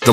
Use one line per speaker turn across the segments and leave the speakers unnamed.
The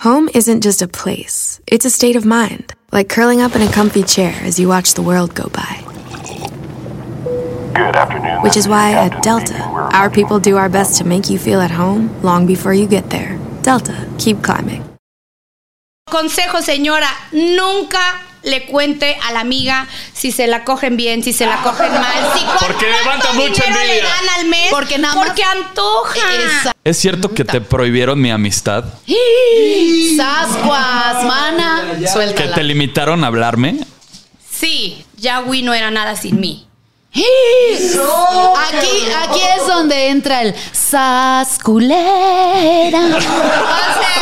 Home isn't just a place, it's a state of mind, like curling up in a comfy chair as you watch the world go by.
Good afternoon.
Which is
this
why at
Captain
Delta,
speaking. We're
our
approaching-
people do our best to make you feel at home long before you get there. Delta, keep climbing.
Consejo, señora, nunca le cuente a la amiga si se la cogen bien, si se la cogen mal, si cuánto-
Porque levanta
cuánto
mucha
dinero le
envidia.
dan al mes,
Porque nada más-
porque antoja.
Esa-
¿Es cierto que te prohibieron mi amistad?
Sascuas, mana.
¿Que te
Suéltala.
limitaron a hablarme?
Sí, Yahweh no era nada sin mí.
Aquí, aquí es donde entra el sasculera.
Ah. Eh.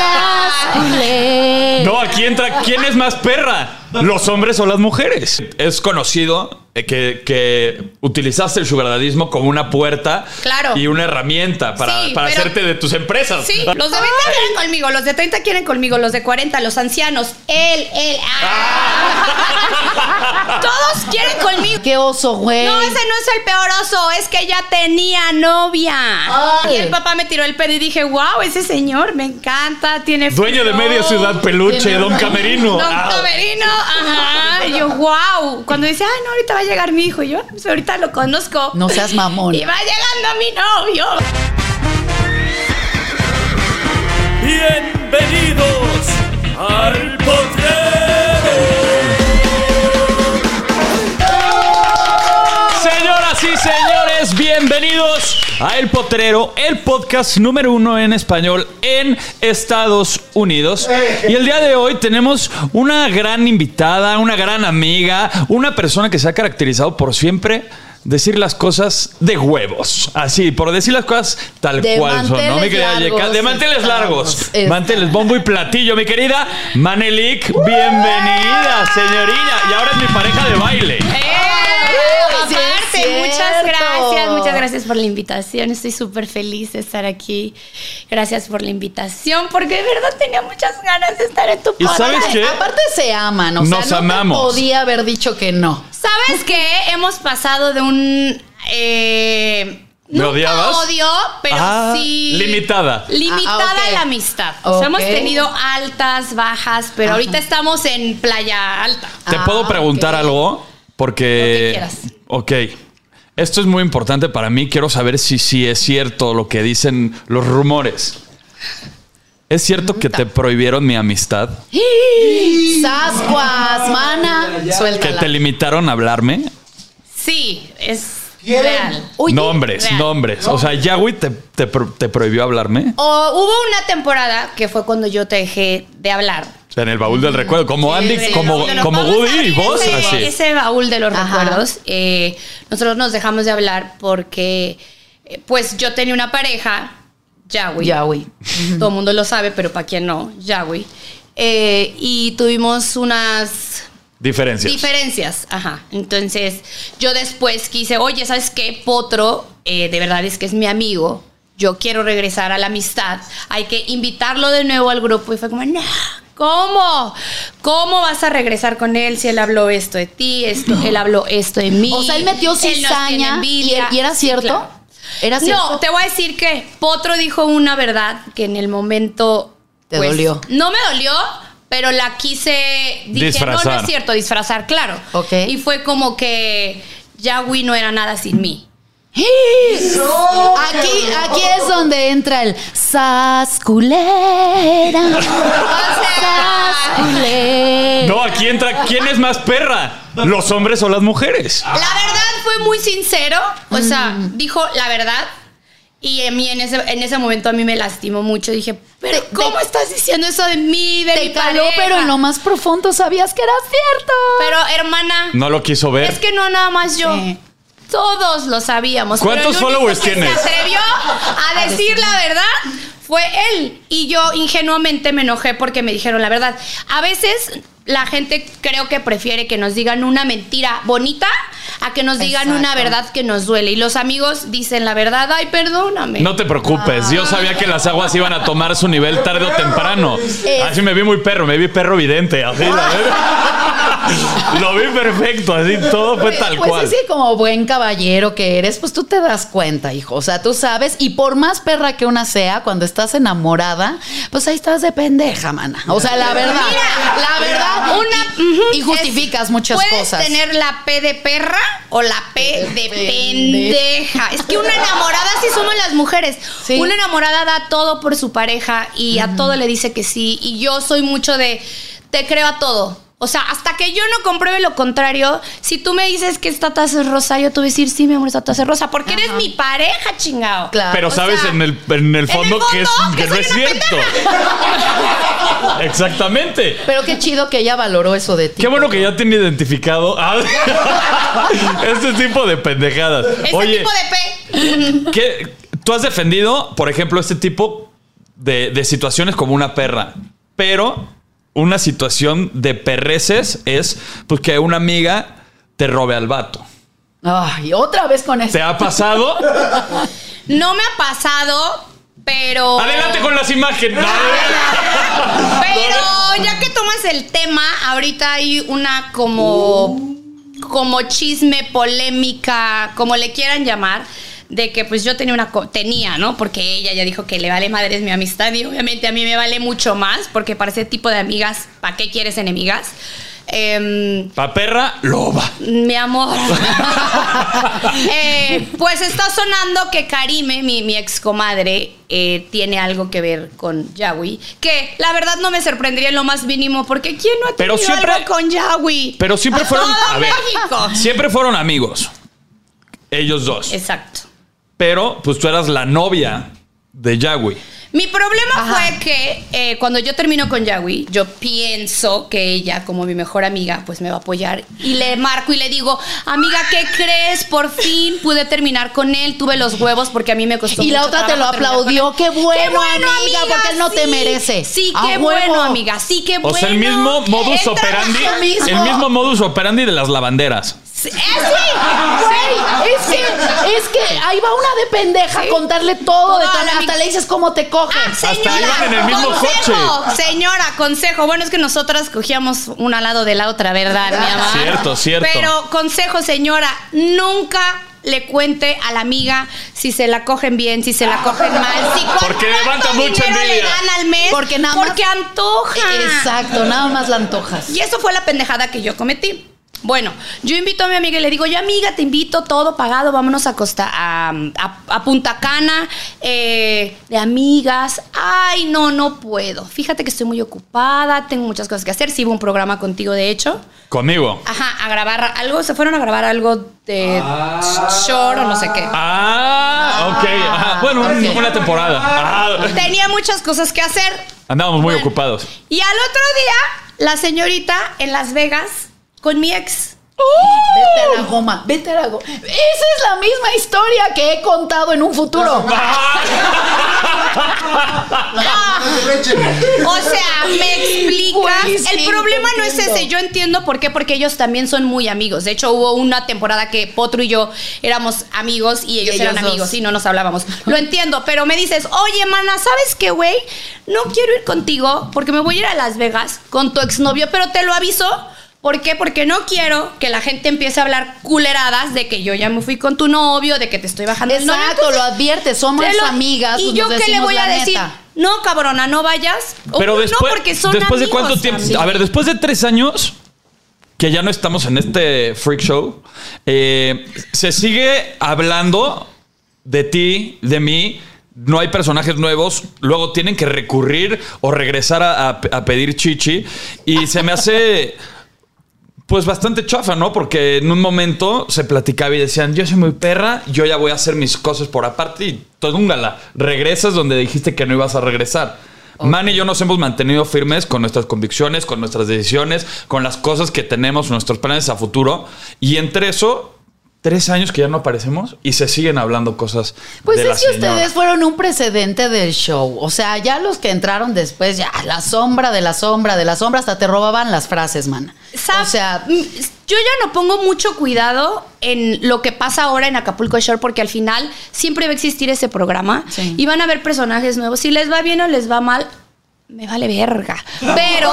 Sasculera.
No, aquí entra quién es más perra, los hombres o las mujeres. Es conocido eh, que, que utilizaste el sugardadismo como una puerta
Claro.
y una herramienta para,
Sí,
para
pero-
hacerte de tus empresas.
Sí, los de 20 quieren conmigo, los de 30 quieren conmigo, los de 40, los ancianos, él, él. ah. Todos quieren conmigo.
Qué oso, güey.
No, ese no es el peor oso, es que ya tenía novia.
Ay.
Y el papá me tiró el pedo y dije, wow, ese señor me encanta, tiene
Dueño de
flow".
media ciudad peluche,
Tiene-
don Camerino.
Don
Ah.
Camerino, ajá. Y yo, wow. Cuando dice, ay, no, ahorita va a llegar mi hijo. Y yo, "Ah, pues ahorita lo conozco.
No seas mamón.
Y va llegando mi novio.
Bienvenidos al Señoras y señores, bienvenidos a El Potrero, el podcast número uno en español en Estados Unidos. Y el día de hoy tenemos una gran invitada, una gran amiga, una persona que se ha caracterizado por siempre decir las cosas de huevos. Así, por decir las cosas tal
De
cual son, ¿no, mi querida
manteles
Yeka? De
largos
manteles
estamos.
largos.
Estamos.
Manteles, bombo y platillo, mi querida Manelik. Bienvenida, señorina. Y ahora es mi pareja de baile.
¡Eh!
Ah, sí es
Aparte,
cierto.
muchas gracias, muchas gracias por la invitación. Estoy súper feliz de estar aquí. Gracias por la invitación, porque de verdad tenía muchas ganas de estar en tu
¿Y
podcast.
sabes qué?
Aparte se aman, o
Nos
sea, no te
amamos.
podía haber dicho que no.
¿Sabes qué? Hemos pasado de un. Eh,
¿Me
nunca
odiabas?
odio, pero
Ah,
sí.
limitada.
Limitada
Ah, ok.
en la amistad. O sea, hemos
Ok.
tenido altas, bajas, pero
Ajá.
ahorita estamos en playa alta.
¿Te
Ah,
puedo preguntar
ok.
algo?
Lo que
Porque.
quieras.
Ok. Esto es muy importante para mí. Quiero saber si, si es cierto lo que dicen los rumores. ¿Es cierto que te prohibieron mi amistad?
Sascuas, mana.
¿Que
Suéltala.
te limitaron a hablarme?
Sí, es real.
Oye,
nombres,
real.
nombres. O sea, Yahweh te, te pro- te prohibió hablarme.
O hubo una temporada que fue cuando yo te dejé de hablar.
En el baúl del recuerdo. Como Andy,
sí,
como,
sí, sí.
como
Vamos a
Woody y
abrir
vos.
ese,
Así.
ese baúl de los
Ajá.
recuerdos. Eh, nosotros nos dejamos de hablar porque, eh, pues, yo tenía una pareja, Yahweh.
Ya, güey.
Todo el mundo lo sabe, pero para quien no, Yahweh. Eh, y tuvimos unas
Diferencias.
diferencias. Ajá. Entonces, yo después quise, oye, ¿sabes qué? Potro, eh, de verdad es que es mi amigo. Yo quiero regresar a la amistad. Hay que invitarlo de nuevo al grupo. Y fue como, no, ¿cómo? ¿Cómo vas a regresar con él si él habló esto de ti? Esto, Él habló esto de mí.
O sea, él metió
nos tiene
cizaña. ¿Y,
envidia".
y era
Sí,
cierto?
claro.
¿Era cierto?
No, te voy a decir que Potro dijo una verdad que en el momento. pues,
Te dolió.
No me dolió, pero la quise. Dije, no, no
Disfrazar.
es cierto, disfrazar, claro.
Ok.
Y fue como que Yahweh no era nada sin mí.
Aquí, aquí es donde entra el sasculera. Sasculera.
No, aquí entra quién es más perra, los hombres o las mujeres.
La verdad fue muy sincero. O sea,
Mm.
dijo la verdad. Y a mí en ese, en ese momento a mí me lastimó mucho. Dije, pero
Te-
¿cómo
te-
estás diciendo eso de mí, de mi
Te caló,
pareja?"
pero en lo más profundo sabías que era cierto.
Pero hermana,
No lo quiso ver.
Es que no nada más yo.
Sí.
Todos lo sabíamos. pero el
¿Cuántos
único
followers
que
tienes? Ah,
Se atrevió a decir la verdad. fue él. Y yo ingenuamente me enojé porque me dijeron la verdad. A veces la gente creo que prefiere que nos digan una mentira bonita a que nos digan
Exacto.
una verdad que nos duele. Y los amigos dicen la verdad, ay, perdóname.
No te preocupes,
Ah.
yo sabía que las aguas iban a tomar su nivel tarde o temprano.
Eh.
Así me vi muy perro, me vi perro vidente. Así, la- Lo vi perfecto, así todo fue tal
pues
cual.
es que como buen caballero que eres, pues tú te das cuenta, hijo. O sea, tú sabes, y por más perra que una sea, cuando estás enamorada, pues ahí estás de pendeja, mana. O sea, la verdad.
Mira,
la verdad.
una-
y,
ujú,
y justificas
es-
muchas
puedes
cosas.
tener la P de perra o la P de
pendeja.
pendeja. Es que una enamorada, así somos las mujeres.
Sí.
Una enamorada da todo por su pareja y a todo le dice que sí. Y yo soy mucho de, te creo a todo. O sea, hasta que yo no compruebe lo contrario, si tú me dices que esta taza es rosa, yo te voy a decir, sí, mi amor, esta taza es rosa, porque eres mi pareja, chingado.
Claro.
Pero
o
sabes
sea,
en, el, en el fondo que, es-
fondo
que
que
no
soy
es
una
cierto. Exactamente.
Pero qué chido que ella valoró eso de ti.
Qué bueno que ya tiene identificado a- este tipo de pendejadas.
Ese
Oye,
Este tipo de P.
¿qué- tú has defendido, por ejemplo, este tipo de, de situaciones como una perra, pero una situación de perreces es pues que una amiga te robe al vato.
Ay, otra vez con eso.
¿Te ha pasado?
No me ha pasado, pero.
Adelante con las imágenes.
Ah. Pero ya que tomas el tema, ahorita hay una como. Como chisme, polémica, como le quieran llamar, de que pues yo tenía una. co- Tenía, ¿no? Porque ella ya dijo que le vale madres mi amistad y obviamente a mí me vale mucho más, porque para ese tipo de amigas, ¿para qué quieres enemigas? Em,
Pa perra, loba.
mi amor. Eh, pues está sonando que Karime, mi, mi ex comadre, eh, tiene algo que ver con Yahweh. Que la verdad no me sorprendería en lo más mínimo, porque ¿quién no ha
Pero
tenido
siempre-
algo con Yahweh?
Pero siempre fueron.
Todo
a ver,
México.
siempre fueron amigos. Ellos dos.
Exacto.
Pero, pues tú eras la novia de Yahweh.
Mi problema
Ajá.
fue que eh, cuando yo termino con Yahweh, yo pienso que ella, como mi mejor amiga, pues me va a apoyar. Y le marco y le digo, amiga, ¿qué crees? Por fin pude terminar con él, tuve los huevos porque a mí me costó
Y la
mucho
otra te lo
trabajo terminar con
aplaudió.
él".
Qué bueno, amiga, porque él no te
sí.
merece.
Sí,
A
qué
huevo.
bueno, amiga, sí, qué
O
bueno.
sea, el mismo modus
Él
operandi.
trabaja
mismo.
El mismo modus operandi de las lavanderas.
Sí, eh, sí,
Güey, es que, es que ahí va una de pendeja a contarle todo
Todo
de
a
tal,
la
hasta
amiga.
le dices cómo te coge.
Ah,
Hasta
señora,
iban en el mismo
consejo, señora, consejo. Bueno, es que nosotras cogíamos una al lado de la otra, ¿verdad, mi amor?
Cierto, cierto.
Pero consejo, señora, nunca le cuente a la amiga si se la cogen bien, si se la cogen mal, si cuánto
Porque levanta mucha
dinero le
envidia.
dan al mes,
Porque nada más-
porque antoja.
Exacto, nada más la antojas.
Y eso fue la pendejada que yo cometí. Bueno, yo invito a mi amiga y le digo, yo amiga, te invito, todo pagado, vámonos a Costa, a, a- a Punta Cana, eh, de amigas. Ay, no, no puedo. Fíjate que estoy muy ocupada, tengo muchas cosas que hacer. Sí, hubo un programa contigo, de hecho.
Conmigo.
Ajá, a grabar algo, se fueron a grabar algo de short o no sé qué.
Ah, ok. ajá. Bueno, un-
ok.
una temporada. Ah,
Tenía muchas cosas que hacer,
andábamos muy
Bueno.
ocupados.
Y al otro día, la señorita en Las Vegas con mi ex.
Vete a la goma, vete a la goma. Esa es la misma historia que he contado en un futuro.
O sea, me explicas.
Güey, sí,
el problema
te
no es
entiendo.
ese. Yo entiendo por qué, porque ellos también son muy amigos. De hecho, hubo una temporada que Potro y yo éramos amigos y ellos,
ellos
eran
dos.
amigos y no nos hablábamos. Lo entiendo, pero me dices, oye, mana, ¿sabes qué, güey? No quiero ir contigo porque me voy a ir a Las Vegas con tu exnovio, pero te lo aviso. ¿Por qué? Porque no quiero que la gente empiece a hablar culeradas de que yo ya me fui con tu novio, de que te estoy bajando el novio.
Exacto,
Entonces,
lo adviertes, somos
te lo-
amigas.
¿Y
pues
yo
nos
qué le
decimos
voy a
la
decir?
neta.
No, cabrona, no vayas. O
Pero
no,
después.
porque son
¿Después de
amigos
cuánto tiempo?
también.
A ver, después de tres años. Que ya no estamos en este freak show. eh, se sigue hablando de ti, de mí. No hay personajes nuevos. Luego tienen que recurrir o regresar a, a- a pedir chichi. Y se me hace. Pues bastante chafa, ¿no? Porque en un momento se platicaba y decían, yo soy muy perra, yo ya voy a hacer mis cosas por aparte y tongala, regresas donde dijiste que no ibas a regresar. Man y yo nos hemos mantenido firmes con nuestras convicciones, con nuestras decisiones, con las cosas que tenemos, nuestros planes a futuro. Y entre eso, tres años que ya no aparecemos y se siguen hablando cosas.
Pues
de la
es que
señora.
ustedes fueron un precedente del show. O sea, ya los que entraron después, ya la sombra de la sombra de la sombra, hasta te robaban las frases, mana.
Sab-
O sea,
mm, yo ya no pongo mucho cuidado en lo que pasa ahora en Acapulco Shore porque al final siempre va a existir ese programa
Sí.
y van a haber personajes nuevos. Si les va bien o les va mal, me vale verga. Pero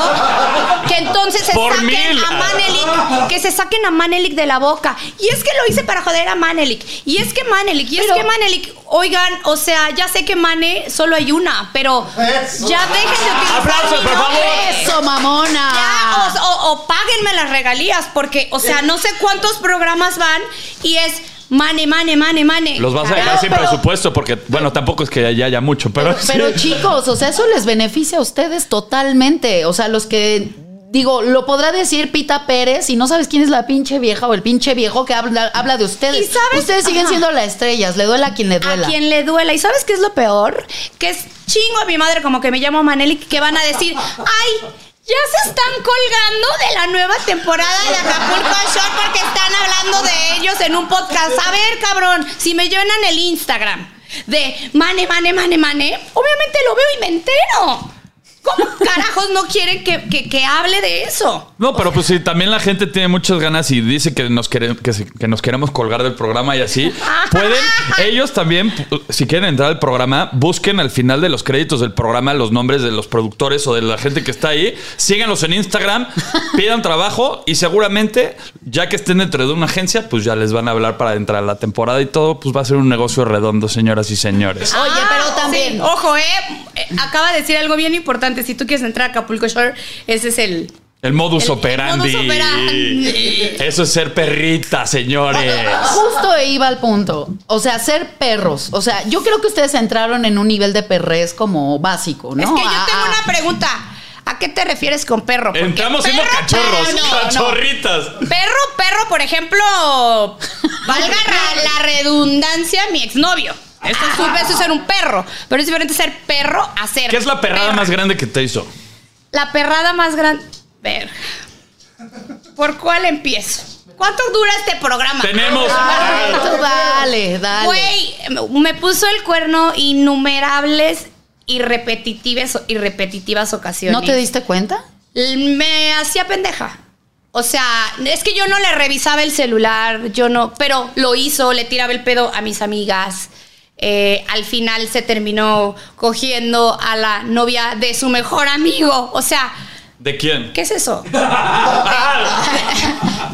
que entonces se
Por
saquen
mil.
a Manelik, que se saquen a Manelik de la boca. Y es que lo hice para joder a Manelik. Y es que Manelik, y es que Manelik, oigan, o sea, ya sé que Mane solo hay una, pero ya dejen de utilizar
Aplausos,
mi
por favor.
nombre.
eso, mamona.
Ya, o, o- o páguenme las regalías, porque, o sea, no sé cuántos programas van y es mane, mane, mane, mane.
Los vas a dejar
No,
sin
pero-
presupuesto porque, bueno, tampoco es que ya haya mucho, pero,
Pero, pero,
sí.
chicos, o sea, eso les beneficia a ustedes totalmente. O sea, los que. Digo, lo podrá decir Pita Pérez y no sabes quién es la pinche vieja o el pinche viejo que habla, habla de ustedes.
¿Y sabes?
Ustedes siguen
Ajá.
siendo las estrellas, le duela a quien le duela.
A quien le duela. ¿Y sabes qué es lo peor? Que es chingo a mi madre, como que me llamo Maneli, que van a decir, ay, ya se están colgando de la nueva temporada de Acapulco Shore porque están hablando de ellos en un podcast. A ver, cabrón, si me llenan el Instagram de mane, mane, mane, mane, obviamente lo veo y me entero. ¿Cómo carajos no quieren que, que- que hable de eso?
No, pero pues sí, también la gente tiene muchas ganas y dice que nos, quere- que, se- que nos queremos colgar del programa y así. Pueden, ellos también, pu- si quieren entrar al programa, busquen al final de los créditos del programa los nombres de los productores o de la gente que está ahí. Síganlos en Instagram, pidan trabajo y seguramente, ya que estén dentro de una agencia, pues ya les van a hablar para entrar a la temporada y todo, pues va a ser un negocio redondo, señoras y señores.
Oye,
Ah,
pero también.
sí. Ojo, eh, eh, acaba de decir algo bien importante. Si tú quieres entrar a Acapulco Shore, ese es el,
El modus
El- el
operandi.
modus operandi.
Eso es ser perrita, señores.
Justo iba al punto. O sea, ser perros. O sea, yo creo que ustedes entraron en un nivel de perrés como básico, ¿no? ah,
es que yo
A-
tengo
a-
una pregunta. ¿A qué te refieres con perro? Porque
Entramos siendo
perro,
cachorros,
perro, no,
cachorritas.
no. Perro, perro, por ejemplo, valga ra- la redundancia, mi exnovio. Eso es un eso es ser un perro, pero es diferente ser perro a ser.
¿Qué es la perrada
perra.
más grande que te hizo?
La perrada más grande. Verga. ¿Por cuál empiezo? ¿Cuánto dura este programa?
Tenemos-
Ay, ah, tú dale, dale.
Güey, me puso el cuerno innumerables y repetitivas, y repetitivas ocasiones.
¿No te diste cuenta?
Me hacía pendeja. O sea, es que yo no le revisaba el celular, yo no, pero lo hizo, le tiraba el pedo a mis amigas. Eh, al final se terminó cogiendo a la novia de su mejor amigo. O sea,
¿De quién? Ah,
¿qué es eso?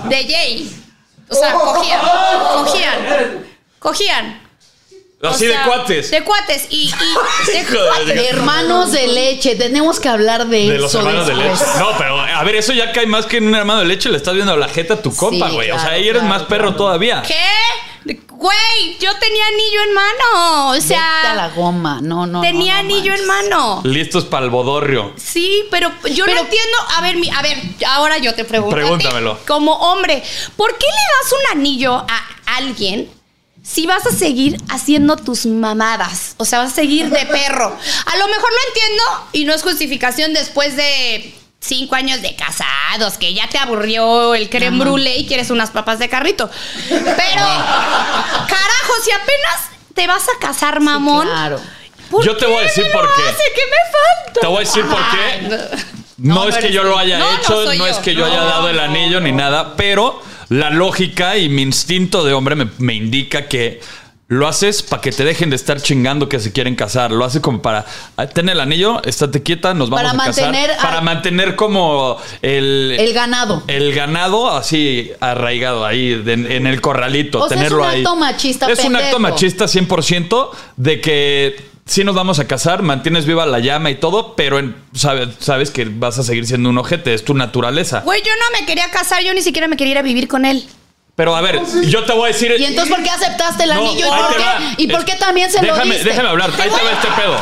De Jay. O sea, cogían, cogían, cogían. O
Así
sea,
de cuates.
De cuates. Y, y de
Hijo de
cuates.
Dios.
Hermanos de leche, tenemos que hablar de,
De
eso.
los hermanos de
después.
leche. No, pero a ver, eso ya cae más que en un hermano de leche le estás viendo la jeta a tu compa, güey. o sea,
claro,
ahí eres
claro,
más perro todavía.
¿Qué? Güey, yo tenía anillo en mano. O
Vete a la
sea,
goma. No, no.
tenía
no, no
anillo
manches.
en mano.
Listos para el bodorrio.
Sí, pero yo no
Pero-
entiendo. A ver, mi- a ver, ahora yo te pregunto. a ti,
Pregúntamelo.
Como hombre, ¿por qué le das un anillo a alguien si vas a seguir haciendo tus mamadas? O sea, vas a seguir de perro. A lo mejor lo entiendo y no es justificación después de cinco años de casados, que ya te aburrió el creme brulee y quieres unas papas de carrito. Pero, carajo, si apenas te vas a casar, mamón.
claro.
¿por
Yo te
qué
voy a decir
me
por
lo
qué.
hace? ¿Qué me falta?
Te voy a decir por qué. No, es que yo lo haya hecho, no, es que yo haya dado el anillo ni nada, pero la lógica y mi instinto de hombre me, me indica que lo haces para que te dejen de estar chingando que se quieren casar. Lo haces como para "Ah, ten el anillo, estate quieta, nos vamos
Para
a casar.
mantener a-
para mantener como el,
El ganado.
el ganado así arraigado ahí de- en el corralito,
O sea, es
tenerlo
un
ahí.
acto machista,
Es un acto
pendejo.
machista 100% de que sí nos vamos a casar, mantienes viva la llama y todo, pero en- sabe- sabes que vas a seguir siendo un ojete, es tu naturaleza.
Güey, yo no me quería casar, yo ni siquiera me quería ir a vivir con él.
Pero a ver, yo te voy a decir...
¿Y entonces por qué aceptaste el
No,
anillo? ¿Y
ahí
por
te
qué,
va.
¿y por
Es-
qué también se
déjame,
lo diste?
Déjame hablar, ahí te va este pedo.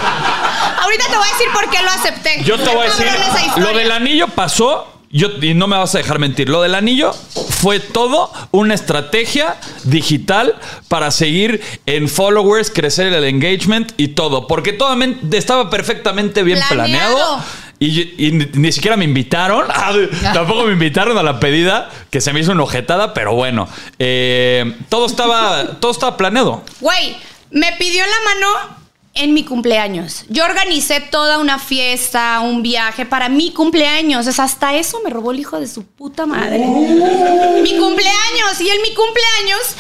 Ahorita te voy a decir por qué lo acepté.
Yo te voy a decir,
Cabrón, esa historia.
lo del anillo pasó, yo, y no me vas a dejar mentir, lo del anillo fue todo una estrategia digital para seguir en followers, crecer el engagement y todo, porque todo estaba perfectamente bien planeado.
Planeado.
Y, yo- y ni, ni siquiera me invitaron. Ah, tampoco me invitaron a la pedida, que se me hizo una ojetada, pero bueno. Eh, todo, estaba, todo estaba planeado.
Güey, me pidió la mano en mi cumpleaños. Yo organicé toda una fiesta, un viaje para mi cumpleaños. O sea, hasta eso me robó el hijo de su puta madre. Mi cumpleaños. Y en mi cumpleaños,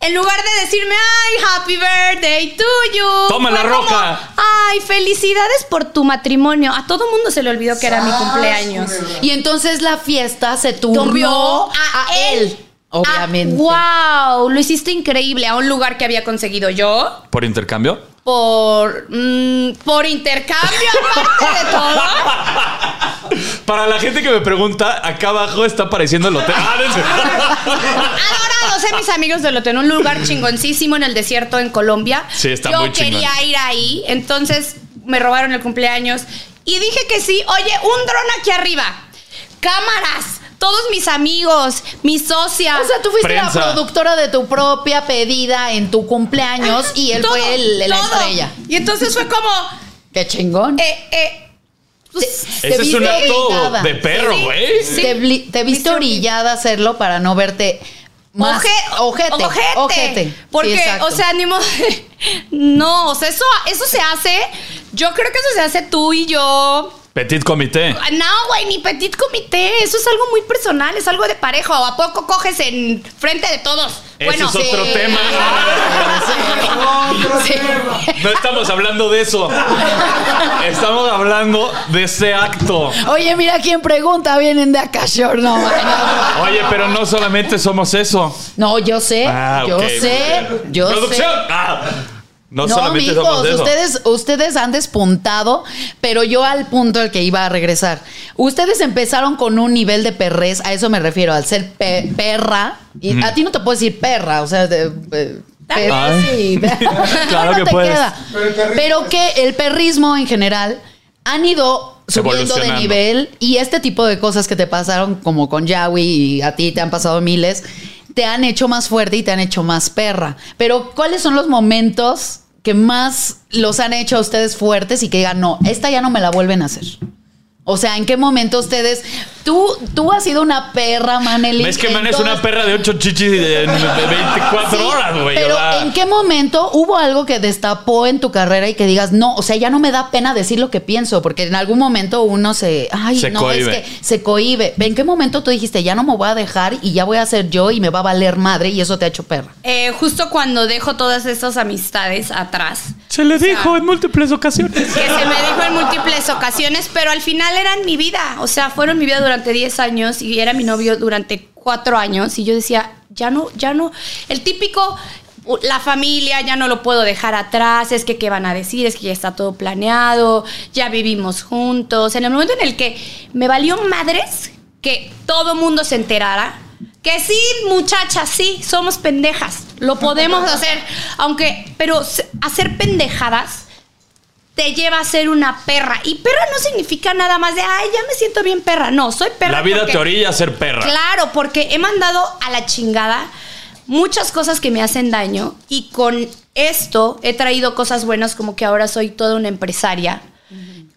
en lugar de decirme, ay, happy birthday to you.
Toma
fue
la
como,
roca.
ay, felicidades por tu matrimonio. A todo mundo se le olvidó que era mi cumpleaños.
Y entonces la fiesta se
Tombió
turbió
a, él.
Obviamente.
Ah, wow, lo hiciste increíble a un lugar que había conseguido yo
¿Por intercambio?
por mm, por intercambio aparte de todo.
Para la gente que me pregunta, acá abajo está apareciendo el hotel. Ah, no es-
Adorados, eh, mis amigos del hotel, un lugar chingoncísimo en el desierto en Colombia.
Sí, está
Yo
muy chingón.
quería ir ahí, entonces me robaron el cumpleaños y dije que sí. Oye, un dron aquí arriba, cámaras, todos mis amigos, mis socias.
O sea, tú fuiste
Prensa.
la productora de tu propia pedida en tu cumpleaños y él
Todo,
fue el- la
todo.
estrella.
Y entonces fue como,
Qué chingón.
eh, eh, pues,
Ese es un
viste
acto
obligada.
de perro,
Sí.
güey.
Sí.
Te, bli- te viste orillada a hacerlo para no verte más
Oje-
ojete,
ojete.
ojete. Sí,
Porque,
exacto.
o sea, ni modo- No, o sea, eso, eso se hace. Yo creo que eso se hace tú y yo.
Petit comité.
Ah, No, güey, ni petit comité. Eso es algo muy personal, es algo de parejo. ¿A poco coges en frente de todos?
Ese es otro
sí.
tema. No estamos hablando de eso. Estamos hablando de ese acto.
Oye, mira quién pregunta, vienen de acá, Shore, no, no.
Oye, pero no solamente somos eso.
No, yo sé,
Ah,
Eh, yo
ok,
sé,
muy bien.
yo
¡Producción!
sé.
Ah, no,
No,
solamente
amigos,
somos eso.
ustedes, ustedes han despuntado, pero yo al punto al que iba a regresar. Ustedes empezaron con un nivel de perrez, a eso me refiero, al ser pe- perra. Y
Mm.
a ti no te puedo decir perra, o sea, de, eh, perra
Ay.
sí.
Claro
No
que
te
puedes.
Pero el perrismo
Pero que el perrismo en general han ido subiendo de
Evolucionando.
nivel y este tipo de cosas que te pasaron como con Yawi y a ti te han pasado miles, te han hecho más fuerte y te han hecho más perra. Pero ¿cuáles son los momentos que más los han hecho a ustedes fuertes y que digan, no, esta ya no me la vuelven a hacer? O sea, ¿en qué momento ustedes... Tú, tú has sido una perra, Maneli.
¿Ves que man es
entonces-
una perra de 8 chichis de, de 24
Sí,
horas, güey?
Pero
o sea,
¿en qué momento hubo algo que destapó en tu carrera y que digas, no, o sea, ya no me da pena decir lo que pienso? Porque en algún momento uno se, ay,
Se
no,
cohíbe.
es que se cohíbe. ¿En qué momento tú dijiste, ya no me voy a dejar y ya voy a ser yo y me va a valer madre y eso te ha hecho perra?
Eh, justo cuando dejo todas estas amistades atrás,
Se le dijo
sea,
en múltiples ocasiones.
que se me dijo en múltiples ocasiones, pero al final eran mi vida. O sea, fueron mi vida durante 10 años y era mi novio durante 4 años. Y yo decía, ya no, ya no. El típico, u- la familia, ya no lo puedo dejar atrás. Es que, ¿qué van a decir? Es que ya está todo planeado, ya vivimos juntos. En el momento en el que me valió madres que todo mundo se enterara. Que sí, muchachas, sí, somos pendejas. Lo podemos hacer. Aunque, pero se- hacer pendejadas te lleva a ser una perra. Y perra no significa nada más de, ay, ya me siento bien perra. No, soy perra.
La vida
porque-
te orilla a ser perra.
Claro, porque he mandado a la chingada muchas cosas que me hacen daño y con esto he traído cosas buenas como que ahora soy toda una empresaria,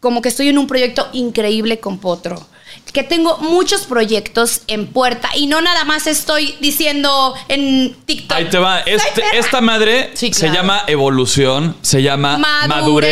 como que estoy en un proyecto increíble con Potro, que tengo muchos proyectos en puerta y no nada más estoy diciendo en TikTok.
Ahí te va.
"Soy
Este-
perra".
esta madre
Sí,
se
claro.
llama evolución, se llama madurez.
Madurez.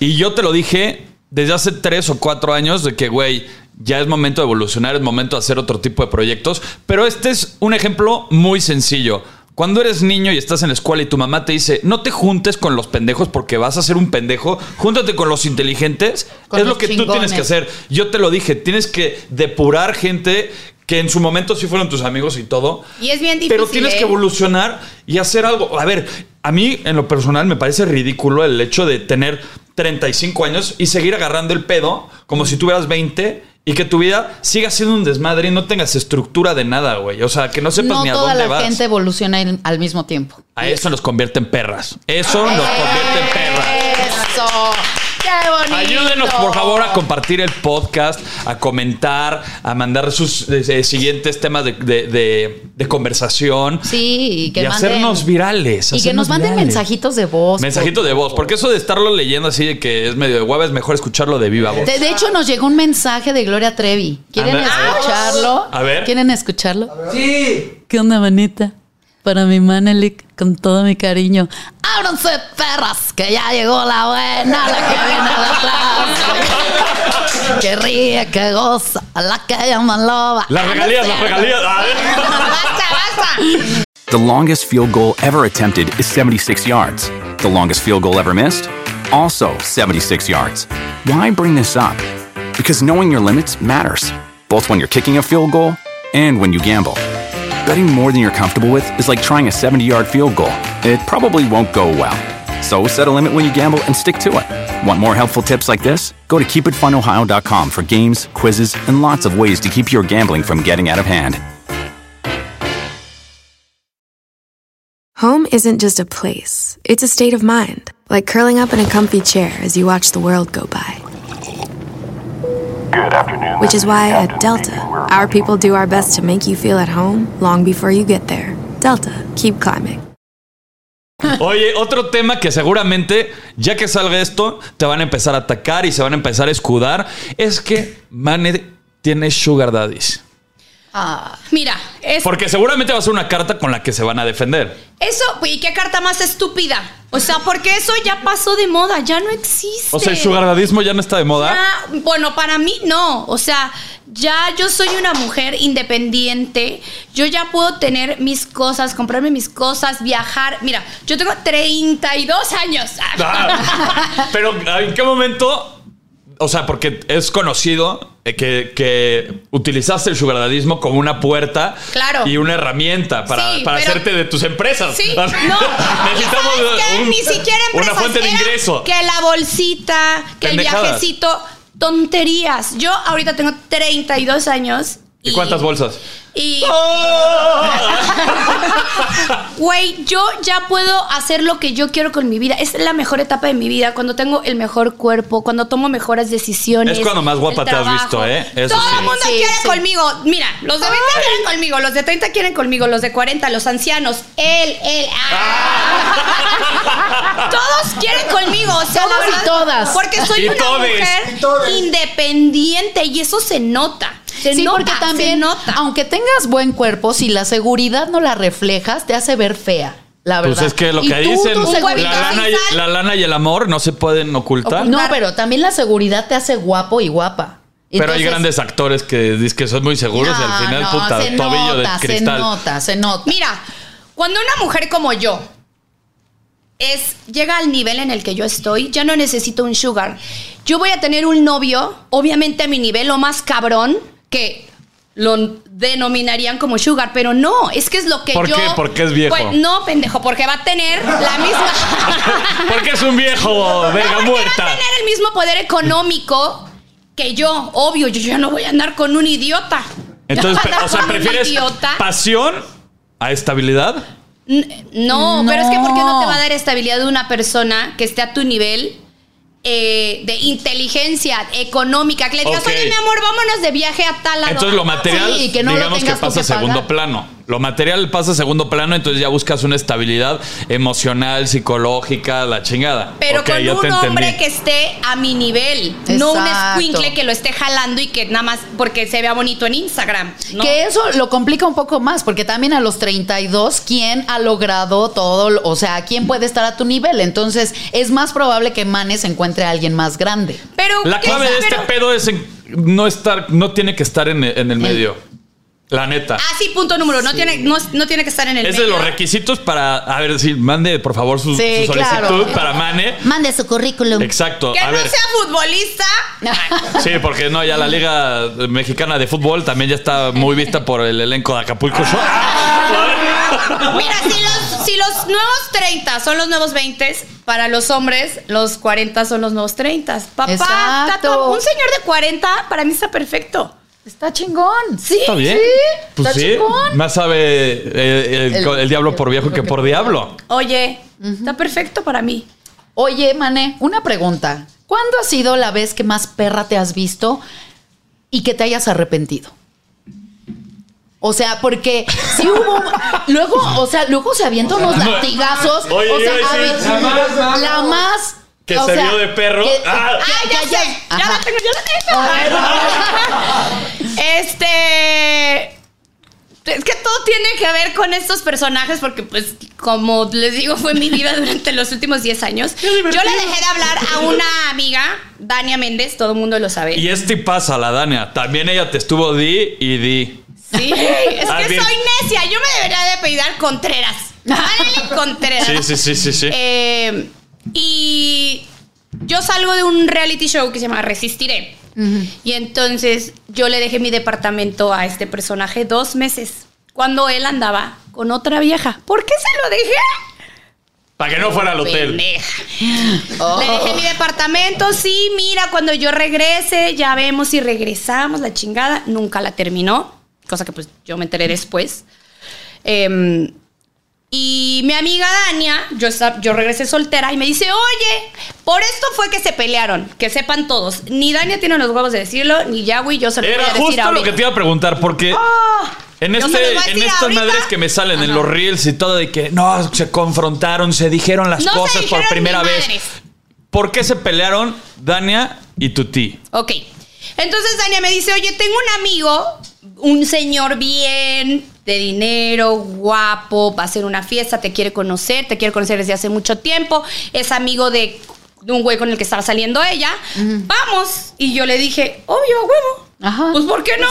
Y yo te lo dije desde hace tres o cuatro años de que, güey, ya es momento de evolucionar, es momento de hacer otro tipo de proyectos. Pero este es un ejemplo muy sencillo. Cuando eres niño y estás en la escuela y tu mamá te dice, no te juntes con los pendejos porque vas a ser un pendejo, júntate con los inteligentes,
Con
es lo
los
que tú tienes
chingones.
que hacer. Yo te lo dije, tienes que depurar gente que en su momento sí fueron tus amigos y todo,
Y es bien
pero
difícil,
tienes que
¿eh?
evolucionar y hacer algo. A ver, a mí en lo personal me parece ridículo el hecho de tener 35 años y seguir agarrando el pedo como si tuvieras 20 y que tu vida siga siendo un desmadre y no tengas estructura de nada, güey. O sea, que no sepas
no
ni a
toda
dónde
la
vas.
gente evoluciona en- al mismo tiempo.
A eso nos convierte en perras. Eso nos convierte en perras.
Eso.
qué bonito.
Ayúdenos, por favor, a compartir el podcast, a comentar, a mandar sus eh, siguientes temas de, de- de- de conversación.
Sí, y que
y
manden-
hacernos virales.
Y que
hacernos
nos manden
virales.
mensajitos de voz.
Mensajitos de voz, porque eso de estarlo leyendo así de que es medio de guava es mejor escucharlo de viva voz.
De, de hecho, nos llegó un mensaje de Gloria Trevi. ¿Quieren
Anda, a ver.
escucharlo?
A ver.
¿Quieren escucharlo?
Sí.
¿Qué onda, manita? Para mi Manelik, con todo mi cariño. ¡Ábranse, perras! Que ya llegó la buena, la que viene de atrás. Que ríe, que goza, a la que llaman loba.
Las regalías, las regalías. Ah. A ver.
Basta, basta.
The longest field goal ever attempted is 76 yards. The longest field goal ever missed? Also 76 yards. Why bring this up? Because knowing your limits matters, both when you're kicking a field goal and when you gamble. Betting more than you're comfortable with is like trying a 70 yard field goal, it probably won't go well. So set a limit when you gamble and stick to it. Want more helpful tips like this? Go to keepitfunohio.com for games, quizzes, and lots of ways to keep your gambling from getting out of hand.
Home isn't just a place, it's a state of mind. Like curling up in a comfy chair as you watch the world go by.
Good afternoon.
Which is why at Delta,
We're-
our people do our best to make you feel at home long before you get there. Delta, keep climbing.
Oye, otro tema que seguramente, ya que salga esto, te van a empezar a atacar y se van a empezar a escudar, es que Mane tiene sugar daddies.
Ah, Mira, es,
Porque seguramente va a ser una carta con la que se van a defender.
eso, ¿y qué carta más estúpida? O sea, porque eso ya pasó de moda, ya no existe.
O sea, el sugar dadismo ya no está de moda.
Ah, bueno, para mí no. O sea, ya yo soy una mujer independiente. Yo ya puedo tener mis cosas, comprarme mis cosas, viajar. Mira, yo tengo 32 años.
Ah, Pero ¿en qué momento? O sea, porque es conocido eh, que, que utilizaste el sugar dadismo como una puerta
Claro.
y una herramienta para,
Sí,
para
pero-
hacerte de tus empresas.
Sí, no.
Necesitamos
¿Y sabes qué?
un-
Ni siquiera empresas.
una fuente de
Era
ingreso.
Que la bolsita, que
Pendejadas.
el viajecito, tonterías. Yo ahorita tengo 32 años.
¿Y cuántas ¡Oh! bolsas?
Y Güey, yo ya puedo hacer lo que yo quiero con mi vida. Es la mejor etapa de mi vida, cuando tengo el mejor cuerpo, cuando tomo mejores decisiones.
Es cuando más guapa
el
te has
trabajo.
visto, ¿eh? Eso
Todo
sí.
el mundo
Sí,
quiere
sí.
conmigo. Mira, los de 20 quieren conmigo, los de 30 quieren conmigo, los de 40, los ancianos, él, él. ah. Todos quieren conmigo. o sea, la
Todos y
verdad,
todas.
Porque soy
Y
una
todes.
Y todes.
mujer independiente y eso se nota. Se
sí,
nota,
porque
se
también,
nota.
aunque tengas buen cuerpo, si la seguridad no la reflejas, te hace ver fea. La verdad.
Pues es que lo
Y
que
tú,
dicen,
tu
un
la
huevito
seguridad-
lana, y,
sin sal.
la lana y el amor no se pueden ocultar.
No, pero también la seguridad te hace guapo y guapa.
Pero hay
Entonces-
grandes actores que dicen que son muy seguros y al
No,
final,
no,
puta,
se
tobillo
nota,
de cristal.
Se nota, se nota.
Mira, cuando una mujer como yo es llega al nivel en el que yo estoy, ya no necesito un sugar. Yo voy a tener un novio, obviamente a mi nivel lo más cabrón que lo denominarían como sugar, pero no, es que es lo que
¿Por
yo
qué? Porque es viejo.
Pues, no, pendejo, porque va a tener la misma
Porque es un viejo
No,
verga
porque
muerta.
Va a tener el mismo poder económico que yo, obvio, yo ya no voy a andar con un idiota.
Entonces,
Yo voy a andar
o sea,
con un
prefieres
idiota.
pasión a estabilidad.
N- No,
No.
pero es que ¿por qué no te va a dar estabilidad una persona que esté a tu nivel eh, de inteligencia económica? Que le digas,
Ok.
oye, mi amor, vámonos de viaje a tal lado.
Entonces lo material,
Sí, y que no lo
digamos que
tengas tú
pasa a
que
segundo
pagar.
plano. Lo material pasa a segundo plano, entonces ya buscas una estabilidad emocional, psicológica, la chingada.
Pero
Ok, ya
con
te
un hombre
entendí.
que esté a mi nivel, no un
Exacto.
escuincle que lo esté jalando y que nada más porque se vea bonito en Instagram. ¿no?
Que eso lo complica un poco más, porque también a los 32, ¿quién ha logrado todo? lo- O sea, ¿quién puede estar a tu nivel? Entonces, es más probable que Manes encuentre a alguien más grande.
Pero
La
¿qué
clave
es-
de este
pero-
pedo es en- no estar, no tiene que estar en, en el medio. La neta.
Ah, sí, punto número. uno. No, tiene, no, no tiene que estar en el
Es de
medio.
los requisitos para. A ver, si mande por favor su,
Sí,
su solicitud
claro.
para Mane.
Mande su currículum.
Exacto.
Que
a
no
ver.
sea futbolista.
Sí, porque no, ya la Liga Mexicana de Fútbol también ya está muy vista por el elenco de Acapulco Shore.
Mira, si los, si los nuevos 30 son los nuevos 20, para los hombres los 40 son los nuevos 30. Papá,
Exacto.
está todo- un señor de 40 para mí está perfecto.
Está chingón.
Sí.
Está bien.
Sí,
Pues
está
sí.
chingón.
Más sabe eh, el,
El-
el diablo por viejo que por diablo.
Oye, está perfecto para mí.
Oye, Mane, una pregunta. ¿Cuándo ha sido la vez que más perra te has visto y que te hayas arrepentido? O sea, porque si hubo. luego, o sea, luego se avienta unos latigazos.
Oye,
o sea,
iba a
a
decir,
ver,
la más-
la más.
Que
o
se
sea,
vio de perro.
que-
¡Ah!
¡Ay, ya
que
sé!
hayas-
¡Ya la
Ajá.
tengo, ya la tengo! este... Es que todo tiene que ver con estos personajes porque, pues, como les digo, fue mi vida durante los últimos 10 años. Yo le dejé de hablar a una amiga, Dania Méndez, todo el mundo lo sabe.
Y este pasa, la Dania. También ella te estuvo di y di.
Sí, es
Ah,
que
bien.
soy necia. Yo me debería de apellidar Contreras. Marilyn Contreras.
Sí, sí, sí, sí, sí.
Eh, y yo salgo de un reality show que se llama Resistiré. Y entonces yo le dejé mi departamento a este personaje dos meses cuando él andaba con otra vieja. ¿Por qué se lo dejé?
Para que no fuera al hotel.
Pendeja.
Oh.
Le
Oh.
dejé mi departamento, sí, mira, cuando yo regrese, ya vemos si regresamos, la chingada. Nunca la terminó, cosa que pues yo me enteré después. Em, y mi amiga Dania, yo, esta- yo regresé soltera y me dice, oye, por esto fue que se pelearon, que sepan todos. Ni Dania tiene los huevos de decirlo, ni Yahweh, yo se lo
Era
voy a decir
justo lo
ahorita. Oh,
que te iba a preguntar, porque en,
Yo se los
este,
voy a
en
decir
estas
ahorita.
madres que me salen en
Ajá.
los reels y todo, de que no, se confrontaron, se dijeron las
No se
cosas por
dijeron
primera
ni
vez.
madres.
¿Por qué se pelearon Dania y tu tí?
Ok. Entonces Dania me dice, oye, tengo un amigo, un señor bien, de dinero, guapo, va a hacer una fiesta, te quiere conocer, te quiere conocer desde hace mucho tiempo, es amigo de, de un güey con el que estaba saliendo ella. Vamos. Y yo le dije, obvio, a huevo.
Ajá.
Pues ¿por qué no?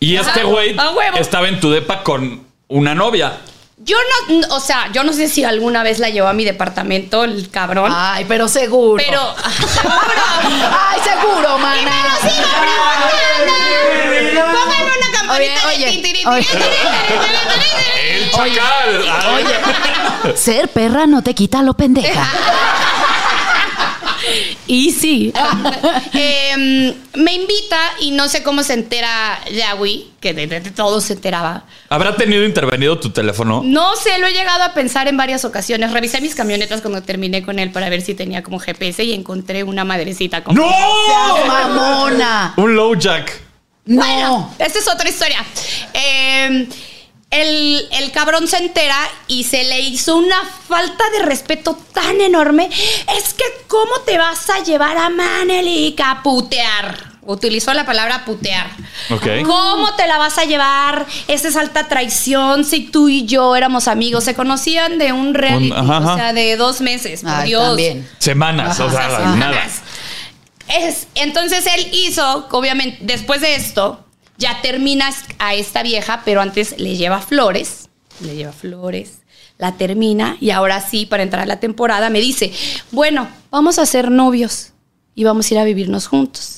Y
Ajá,
este güey
A huevo.
estaba en tu depa con una novia.
Yo no, o sea, yo no sé si alguna vez la llevó a mi departamento el cabrón.
Ay, pero seguro.
Pero, seguro.
Ay, seguro, mana.
Y me lo sigo preguntando. Pónganme una campanita
Oye,
de
oye,
tintiriti.
oye.
El chacal. Ah,
Ser perra no te quita lo pendeja.
Y sí. Em, me invita y no sé cómo se entera Yahweh, que de, de- de todo se enteraba.
¿Habrá tenido intervenido tu teléfono?
No sé, lo he llegado a pensar en varias ocasiones. Revisé mis camionetas cuando terminé con él para ver si tenía como GPS y encontré una madrecita como.
¡No!
Mamona.
Un lowjack.
No.
Bueno, esta es otra historia. Eh, el, el cabrón se entera y se le hizo una falta de respeto tan enorme. Es que, ¿cómo te vas a llevar a Manelik a putear? Utilizó la palabra putear.
Ok.
¿Cómo te la vas a llevar? Esa es alta traición. Si tú y yo éramos amigos, se conocían de un reality,
ajá, ajá.
o sea, de dos meses. Por
Ay,
Dios.
también.
Semanas, o sea,
Ajá.
nada.
Es- entonces él hizo, obviamente, después de esto, ya terminas a esta vieja, pero antes le lleva flores, le lleva flores, la termina y ahora sí, para entrar a la temporada, me dice, bueno, vamos a ser novios y vamos a ir a vivirnos juntos.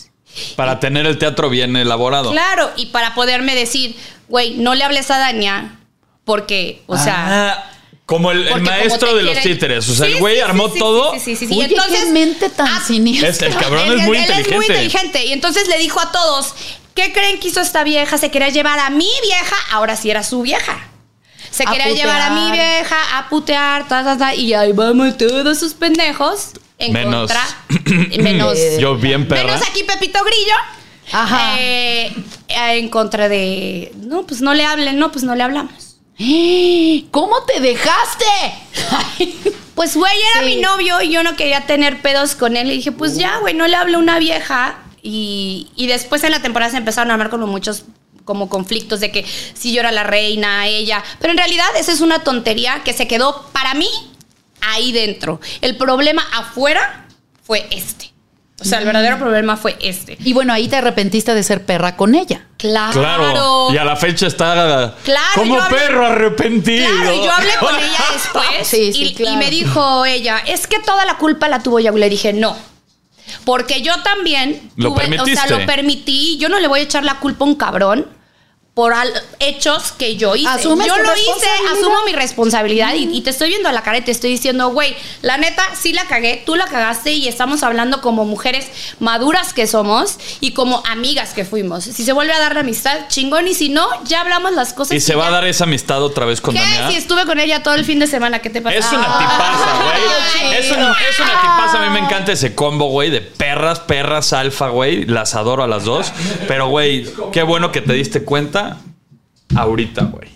Para tener el teatro bien elaborado.
Claro, y para poderme decir, güey, no le hables a Dania, porque, o sea...
Ah, como el, el
porque como
maestro
te
de los
quieren-
títeres. O sea,
Sí,
el güey
sí,
armó
sí, sí,
todo.
Sí, sí, sí, sí.
Oye,
entonces,
qué mente tan
ah,
siniestra.
Es- el cabrón es muy inteligente.
es muy inteligente. Y entonces le dijo a todos, ¿qué creen que hizo esta vieja? Se quería llevar a mi vieja, ahora sí era su vieja. Se
A
quería llevar a mi
putear.
vieja a putear, ta, ta, ta, y ahí vamos todos sus pendejos en
Menos-
contra. menos.
Yo bien perra.
Menos aquí Pepito Grillo.
Ajá.
eh, en contra de, no, pues no le hablen, no, pues no le hablamos.
¡Eh! ¿Cómo te dejaste?
Pues, güey, era
Sí.
mi novio y yo no quería tener pedos con él. Y dije, pues ya, güey, no le hablo a una vieja. Y, y después en la temporada se empezaron a armar como muchos como conflictos de que si yo era la reina, ella. Pero en realidad esa es una tontería que se quedó para mí ahí dentro. El problema afuera fue este. O sea, el verdadero problema fue este.
Y bueno, ahí te arrepentiste de ser perra con ella.
Claro.
Claro. Y a la fecha está
Claro,
como
yo hablé-
perro arrepentido.
Claro, y yo hablé con ella después
Sí, sí,
y, y
claro.
me dijo ella, es que toda la culpa la tuvo Yahweh. Le dije, no. Porque yo también
Lo
tuve- o sea,
permitiste.
lo permití. Yo no le voy a echar la culpa a un cabrón por al- hechos que yo hice.
Asume
yo
tu
lo hice,
responsabilidad.
asumo mi responsabilidad y, y te estoy viendo a la cara y te estoy diciendo, güey, la neta, sí la cagué, tú la cagaste y estamos hablando como mujeres maduras que somos y como amigas que fuimos. Si se vuelve a dar la amistad, chingón, y si no, ya hablamos las cosas.
¿Y se
que
va a
ya-
dar esa amistad otra vez con
¿Qué?
Daniela?
Si estuve con ella todo el fin de semana, ¿qué te pasa?
Es una
Ah.
tipaza, güey.
Ay, Ah.
Es una, es una tipaza. A mí me encanta ese combo, güey, de perras, perras, alfa, güey. Las adoro a las dos. Pero, güey, qué bueno que te diste cuenta ahorita, güey.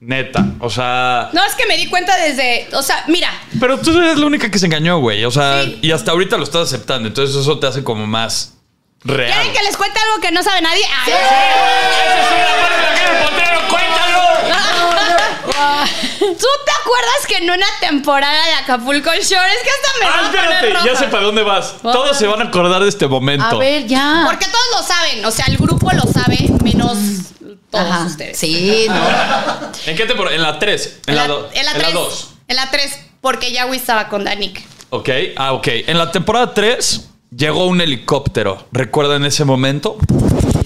Neta. O sea.
No, es que me di cuenta desde. O sea, mira,
Pero tú eres la única que se engañó, güey. O sea,
Sí.
y hasta ahorita lo estás aceptando. Entonces eso te hace como más real.
¿quieren que les cuente algo que no sabe nadie? Ay,
¡Esa es una parte de Javier Potrero, ¡Cuéntalo!
¿Tú te acuerdas que en una temporada de Acapulco Shore es que hasta me
Ah,
voy a poner
espérate, ya
roja?
sé para dónde vas. Todos se van a acordar de este
A
momento.
ver, ya.
Porque todos lo saben, o sea, el grupo lo sabe, menos todos
Ajá.
ustedes.
Sí, no.
¿En qué temporada? En la 3. En, la 2.
En la 3. En la 3, porque Yahweh estaba con Danik.
Ok, ah, ok. En la temporada 3 llegó un helicóptero. ¿Recuerdan ese momento?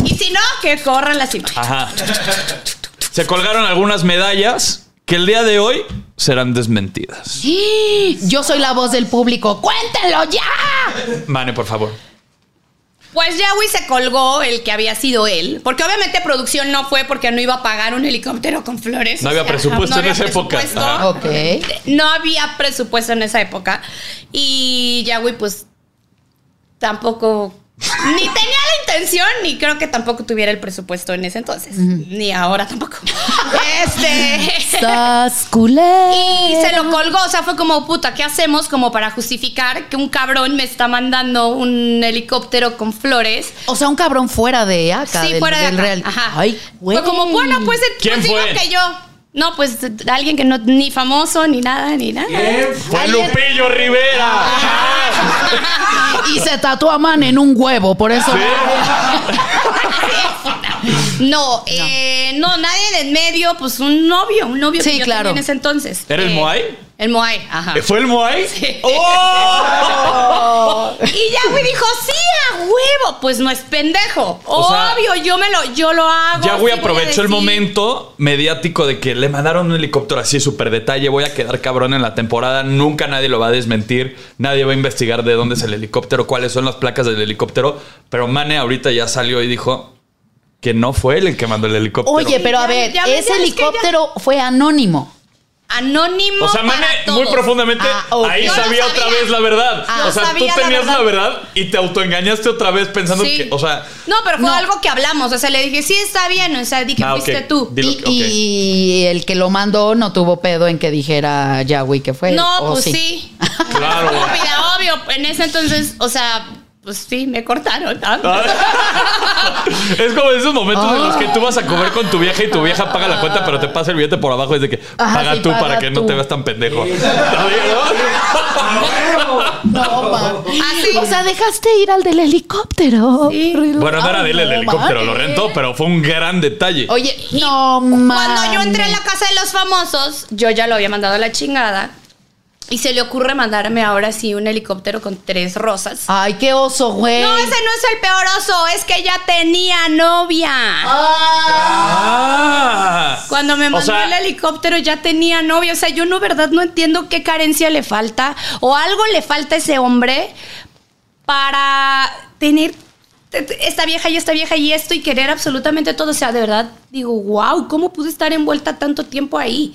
Y si no, que corran las imágenes.
Ajá. Se colgaron algunas medallas que el día de hoy serán desmentidas.
Yo soy la voz del público. ¡Cuéntenlo ya!
Mane, por favor.
Pues Yahweh se colgó el que había sido él, porque obviamente producción no fue porque no iba a pagar un helicóptero con flores.
No
o
había
sea,
presupuesto
no
en
había
esa época.
presupuesto.
Ajá.
Ok.
no había presupuesto en esa época y Yahweh pues tampoco ni tenía la intención ni creo que tampoco tuviera el presupuesto en ese entonces ni ahora tampoco este
Estás culé.
y se lo colgó o sea fue como puta qué hacemos como para justificar que un cabrón me está mandando un helicóptero con flores
O sea, un cabrón fuera de acá.
sí
del-
fuera de
del
acá.
real.
Ajá.
Ay, güey.
fue como bueno pues, pues
¿Quién
digo
fue?
que yo no pues alguien que no ni famoso ni nada ni nada
¡Fue Lupillo Rivera!
Ah.
Y se tatuó a Man en un huevo, por eso.
No, eh, no, nadie de en medio, pues un novio, un novio
Sí,
que yo
claro.
tenía en ese entonces.
¿Era el
Eh,
Moai?
El Moai, ajá.
¿Eh? ¿Fue el Moai? ¡Oh!
Y ya me dijo, sí, a huevo, pues no es pendejo.
O sea,
Obvio, yo me lo, yo lo hago.
Ya,
sí
güey,
voy a
aprovechó
decir.
el momento mediático de que le mandaron un helicóptero así, súper detalle. Voy a quedar cabrón en la temporada. Nunca nadie lo va a desmentir. Nadie va a investigar de dónde es el helicóptero, cuáles son las placas del helicóptero. Pero Mane ahorita ya salió y dijo que no fue él el que mandó el helicóptero.
Oye, pero
Ya,
a ver,
ya, ya,
ese
ya, es que
helicóptero fue anónimo.
Anónimo.
o sea,
para
Mane
todos.
muy profundamente
Ah, ok.
ahí
Yo lo
sabía
sabía.
otra vez la verdad.
Ah.
o
Yo
sea, tú
sabía la
tenías la verdad.
verdad.
y te autoengañaste otra vez pensando
Sí.
que, o sea,
No, pero fue
No.
algo que hablamos. O sea, le dije, sí, está bien. O sea, dije,
Ah,
fuiste
ok.
tú.
Dilo,
Y,
ok.
y el que lo mandó no tuvo pedo en que dijera Yahweh que fue. él,
No,
¿o
pues sí.
Claro.
Estúpida, obvio. En ese entonces, o sea, pues sí, me cortaron. ¿no?
Es como esos momentos en los que
Ah.
tú vas a comer con tu vieja y tu vieja paga la cuenta, pero te pasa el billete por abajo. Es de que
Ajá,
paga
sí,
tú
paga
para que no
tú.
te veas tan pendejo. ¿Está bien, no?
No, ma.
Así.
O sea, dejaste ir al del helicóptero.
Sí.
Bueno, no era de
Ay,
él el
no,
helicóptero,
madre.
lo rentó, pero fue un gran detalle.
Oye, no, mames.
Cuando yo entré en la casa de los famosos, yo ya lo había mandado a la chingada. Y se le ocurre mandarme ahora sí un helicóptero con tres rosas.
Ay, qué oso, güey.
No, ese no es el peor oso, es que ya tenía novia.
Ah.
Cuando me
O
mandó
sea,
el helicóptero ya tenía novia. O sea, yo no, verdad, no entiendo qué carencia le falta o algo le falta a ese hombre para tener t- t- esta vieja y esta vieja y esto y querer absolutamente todo. O sea, de verdad, digo, wow, ¿cómo pude estar envuelta tanto tiempo ahí?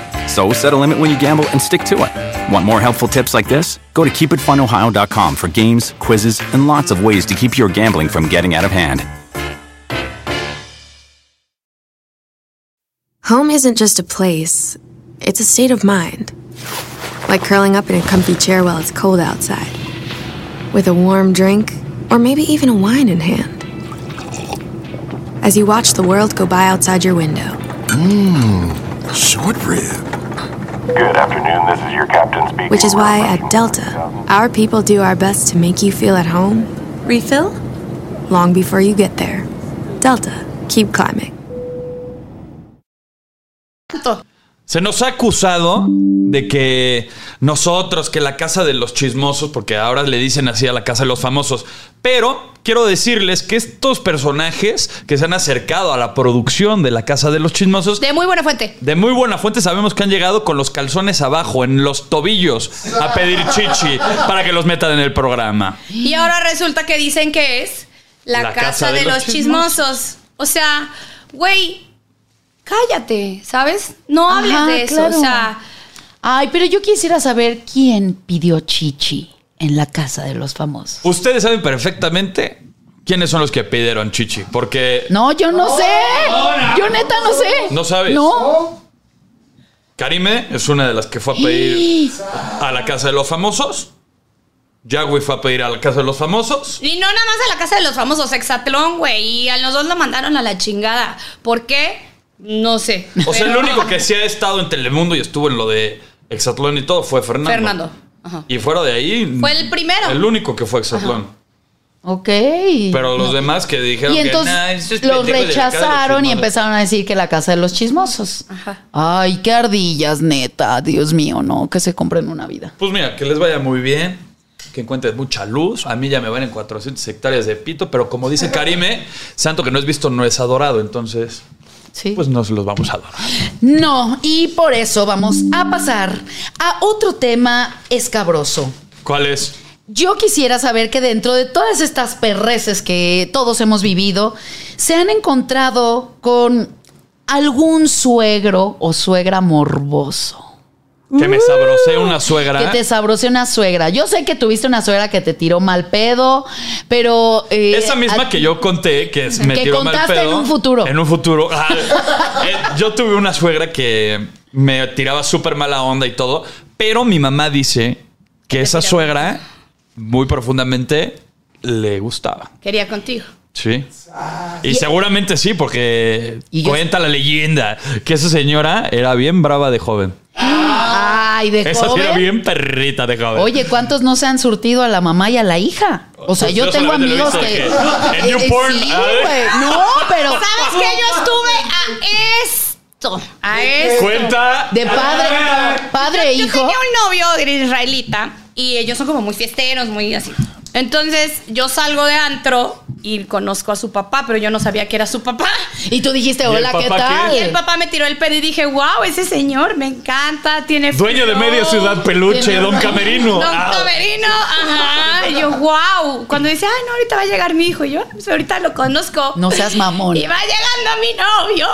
So set a limit when you gamble and stick to it. Want more helpful tips like this? Go to keepitfunohio.com for games, quizzes, and lots of ways to keep your gambling from getting out of hand.
Home isn't just a place, it's a state of mind. Like curling up in a comfy chair while it's cold outside, with a warm drink, or maybe even a wine in hand. As you watch the world go by outside your window,
Short rib. Good afternoon, this is your captain speaking.
Which is why at Delta, our people do our best to make you feel at home. Refill? Long before you get there. Delta, keep climbing.
Se nos ha acusado de que nosotros, que la casa de los chismosos, porque ahora le dicen así a la casa de los famosos, pero quiero decirles que estos personajes que se han acercado a la producción de la casa de los chismosos,
De muy buena fuente.
de muy buena fuente sabemos que han llegado con los calzones abajo, en los tobillos, a pedir chichi para que los metan en el programa.
Y ahora resulta que dicen que es la, casa, de, los chismosos. O sea, güey, cállate, ¿sabes? No
Ajá,
hables de eso.
claro.
O sea,
Ay, pero yo quisiera saber quién pidió chichi en la casa de los famosos.
Ustedes saben perfectamente quiénes son los que pidieron chichi, porque
No, yo no sé. Yo neta no sé.
No sabes.
No.
Karime es una de las que fue a pedir a la casa de los famosos. Yagüe fue a pedir a la casa de los famosos.
y no nada más a la casa de los famosos Hexatlón, güey. Y a los dos lo mandaron a la chingada. ¿Por qué? No sé.
O sea, el
Pero-
único que sí ha estado en Telemundo y estuvo en lo de Exatlón y todo fue Fernando.
Fernando. Ajá.
Y fuera de ahí.
Fue el primero.
El único que fue a Exatlón.
Ok.
Pero los demás que dijeron
y entonces
que "Nah, ese es
los
pendejo de la casa de los
rechazaron y
chismosos".
empezaron a decir que la casa de los chismosos. Ay, qué ardillas, neta. Dios mío, no, que se compren una vida.
Pues mira, que les vaya muy bien, que encuentren mucha luz. A mí ya me van en 400 hectáreas de pito, pero como dice Karime, santo que no es visto no es adorado, entonces
Sí.
pues nos los vamos a adorar.
No, y por eso vamos a pasar a otro tema escabroso.
¿Cuál es?
Yo quisiera saber que dentro de todas estas perreces que todos hemos vivido, se han encontrado con algún suegro o suegra morboso.
Que me sabrosé una suegra.
Uh, Que te sabrose una suegra. Yo sé que tuviste una suegra que te tiró mal pedo, pero. eh,
Esa misma
a-
que yo conté, que es- me
Que
tiró mal
contaste
pedo.
en un futuro.
En un futuro. Ah, eh, yo tuve una suegra que me tiraba súper mala onda y todo, pero mi mamá dice que esa
tiraba.
suegra, muy profundamente, le gustaba.
Quería contigo.
Sí. Y seguramente sí, porque
Y yo-
cuenta la leyenda que esa señora era bien brava de joven.
Ay, de
Esa sí era
joven.
bien perrita de joven.
Oye, ¿cuántos no se han surtido a la mamá y a la hija? O sea,
Pues
yo
yo
tengo
solamente lo he
amigos que. Eh,
visto de que- en YouPorn,
sí,
a ver.
güey. No, pero.
¿Sabes que Yo estuve a esto. A esto.
Cuenta. Ah,
De padre, padre e
Yo
hijo.
tenía un novio israelita y ellos son como muy fiesteros, muy así. Entonces yo salgo de antro y conozco a su papá, pero yo no sabía que era su papá.
Y tú dijiste,
el
hola, ¿qué
papá
tal?
qué?
Y el papá me tiró el pedo y dije, wow, ese señor me encanta, tiene
Dueño de
flow".
media ciudad peluche,
Tiene-
Don Camerino.
Don
Ah.
Camerino, ajá. Y yo, wow. Cuando dice, ay, no, ahorita va a llegar mi hijo. Y yo, pues ahorita lo conozco.
No seas mamón.
Y va llegando mi novio.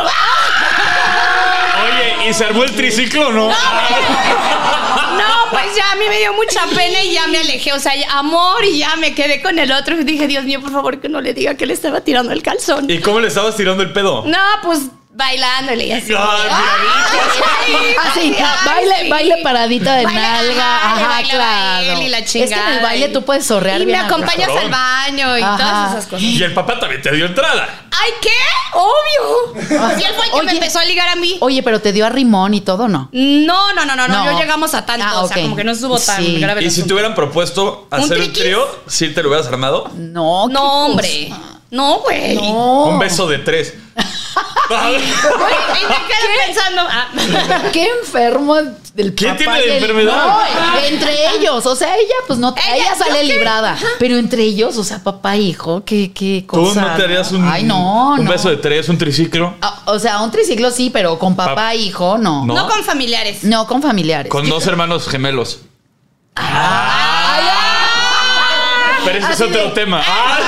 Oye, ¿y se armó el triciclo no? Ah.
No, pues ya a mí me dio mucha pena y ya me alejé. O sea, ya- amor y ya me quedé con el otro. Y dije, Dios mío, por favor, que no le diga que le estaba tirando el calzón.
¿Y cómo le estabas tirando el pedo?
No, pues bailándole y así.
Ay,
Ay,
Así,
ay,
baile,
sí.
baile paradita de
Baile,
nalga.
ajá,
Ajá,
baile,
claro.
baile y la
es que en el
chingada
baile
y-
tú puedes sorrear
Y me
bien a-
acompañas al baño y
Ajá.
todas esas cosas.
Y el papá también te dio entrada.
¡Ay, qué! ¡Obvio! Y él fue el que me
Oye.
empezó a ligar a mí.
Oye, pero te dio a rimón y todo, ¿no?
No, no, no, no, no,
No.
yo llegamos a tanto.
Ah,
O sea,
ok.
como que no estuvo tan
Sí.
grave. el
¿Y si te
asunto.
hubieran propuesto hacer un
triquis?
trío, sí te lo hubieras armado?
No. qué
No, hombre. No, güey.
cosa. No.
Un beso de tres.
Güey, ahí me quedo pensando. ah.
Qué enfermo del
¿Quién
papá
tiene
y
de
el-
enfermedad?
No, entre ellos, o sea, ella pues no,
Ella,
ella, sale
¿yo qué?
librada, pero entre ellos, o sea, papá e hijo, qué qué
¿Tú
cosa.
no te harías un,
Ay, no,
un
no.
beso de tres, un triciclo?
Ah, O sea, un triciclo sí, pero con papá
Pap-
e hijo no.
No.
no.
No con familiares.
con familiares.
Con dos hermanos gemelos.
Ay, ay.
Pero ese es
Así
otro
de-
tema. ¡Ah!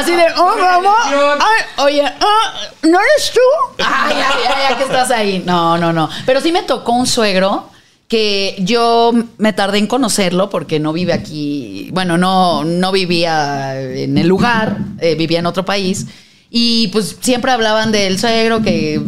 Así de, oh, mamá, ay, oye, ah, ¿no eres tú? Ay, ay, ay, ya que estás ahí. No, no, no. Pero sí me tocó un suegro que yo me tardé en conocerlo porque no vive aquí, bueno, no, no vivía en el lugar, eh, vivía en otro país. Y pues siempre hablaban del suegro que...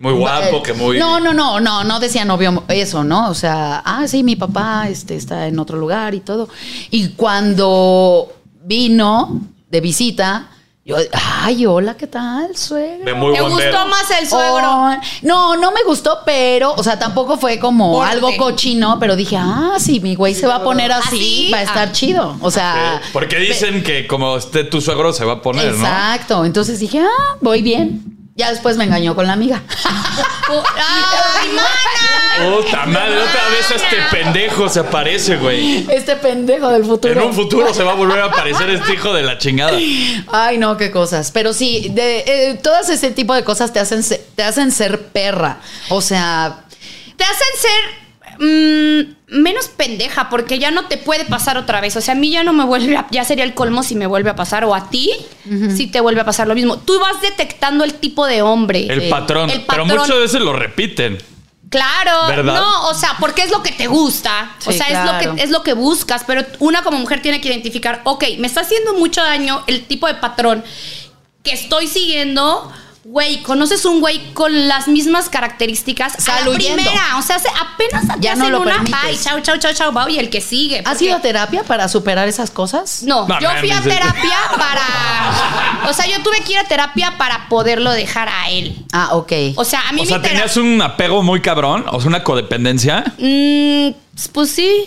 Muy guapo, que muy-
No, no, no, no, no decía novio eso, ¿no? O sea, ah, sí, mi papá este, está en otro lugar y todo. Y cuando vino de visita, Yo, ay, hola, ¿qué tal, suegra?
De muy
¿Te
buen dedo.
gustó más el suegro?
Oh, no, no me gustó, pero, o sea, tampoco fue como
Fuerte.
algo cochino, pero dije, ah, si mi güey se va a poner así,
Así,
va a estar
ah.
chido. O sea,
Porque dicen que como esté tu suegro se va a poner,
exacto. Entonces dije, ah, voy bien. Ya después me engañó con la amiga.
Oh, ¡Ay, mana!
¿no? Puta madre, otra vez este pendejo se aparece, güey.
Este pendejo del futuro.
En un futuro se va a volver a aparecer este hijo de la chingada.
Ay, no, qué cosas. Pero sí, de, eh, todas ese tipo de cosas te hacen, se- te hacen ser perra. O sea,
Te hacen ser mm, menos pendeja porque ya no te puede pasar otra vez. O sea, a mí ya no me vuelve a- Ya sería el colmo si me vuelve a pasar. O a ti si te vuelve a pasar lo mismo. Tú vas detectando el tipo de hombre.
El patrón.
El
Pero
patrón.
muchas veces lo repiten.
Claro,
¿Verdad?
no, o sea, porque es lo que te gusta, o
Sí,
sea, es lo
claro.
que es lo que buscas, pero una como mujer tiene que identificar, ok, me está haciendo mucho daño el tipo de patrón que estoy siguiendo. Güey, conoces un güey con las mismas características a
Sal
la
huyendo.
primera, o sea, se- apenas te
Ya no
hacen
lo
una,
permites.
bye, chao, chao, chao, chao, bye, y el que sigue.
¿has
porque-
ido a terapia para superar esas cosas?
no,
No
yo fui a
mames.
terapia para. O sea, yo tuve que ir a terapia para poderlo dejar a él.
Ah, ok.
O sea, a mí
O sea,
mi terapia.
tenías un apego muy cabrón, o sea, una codependencia.
Mm, pues sí.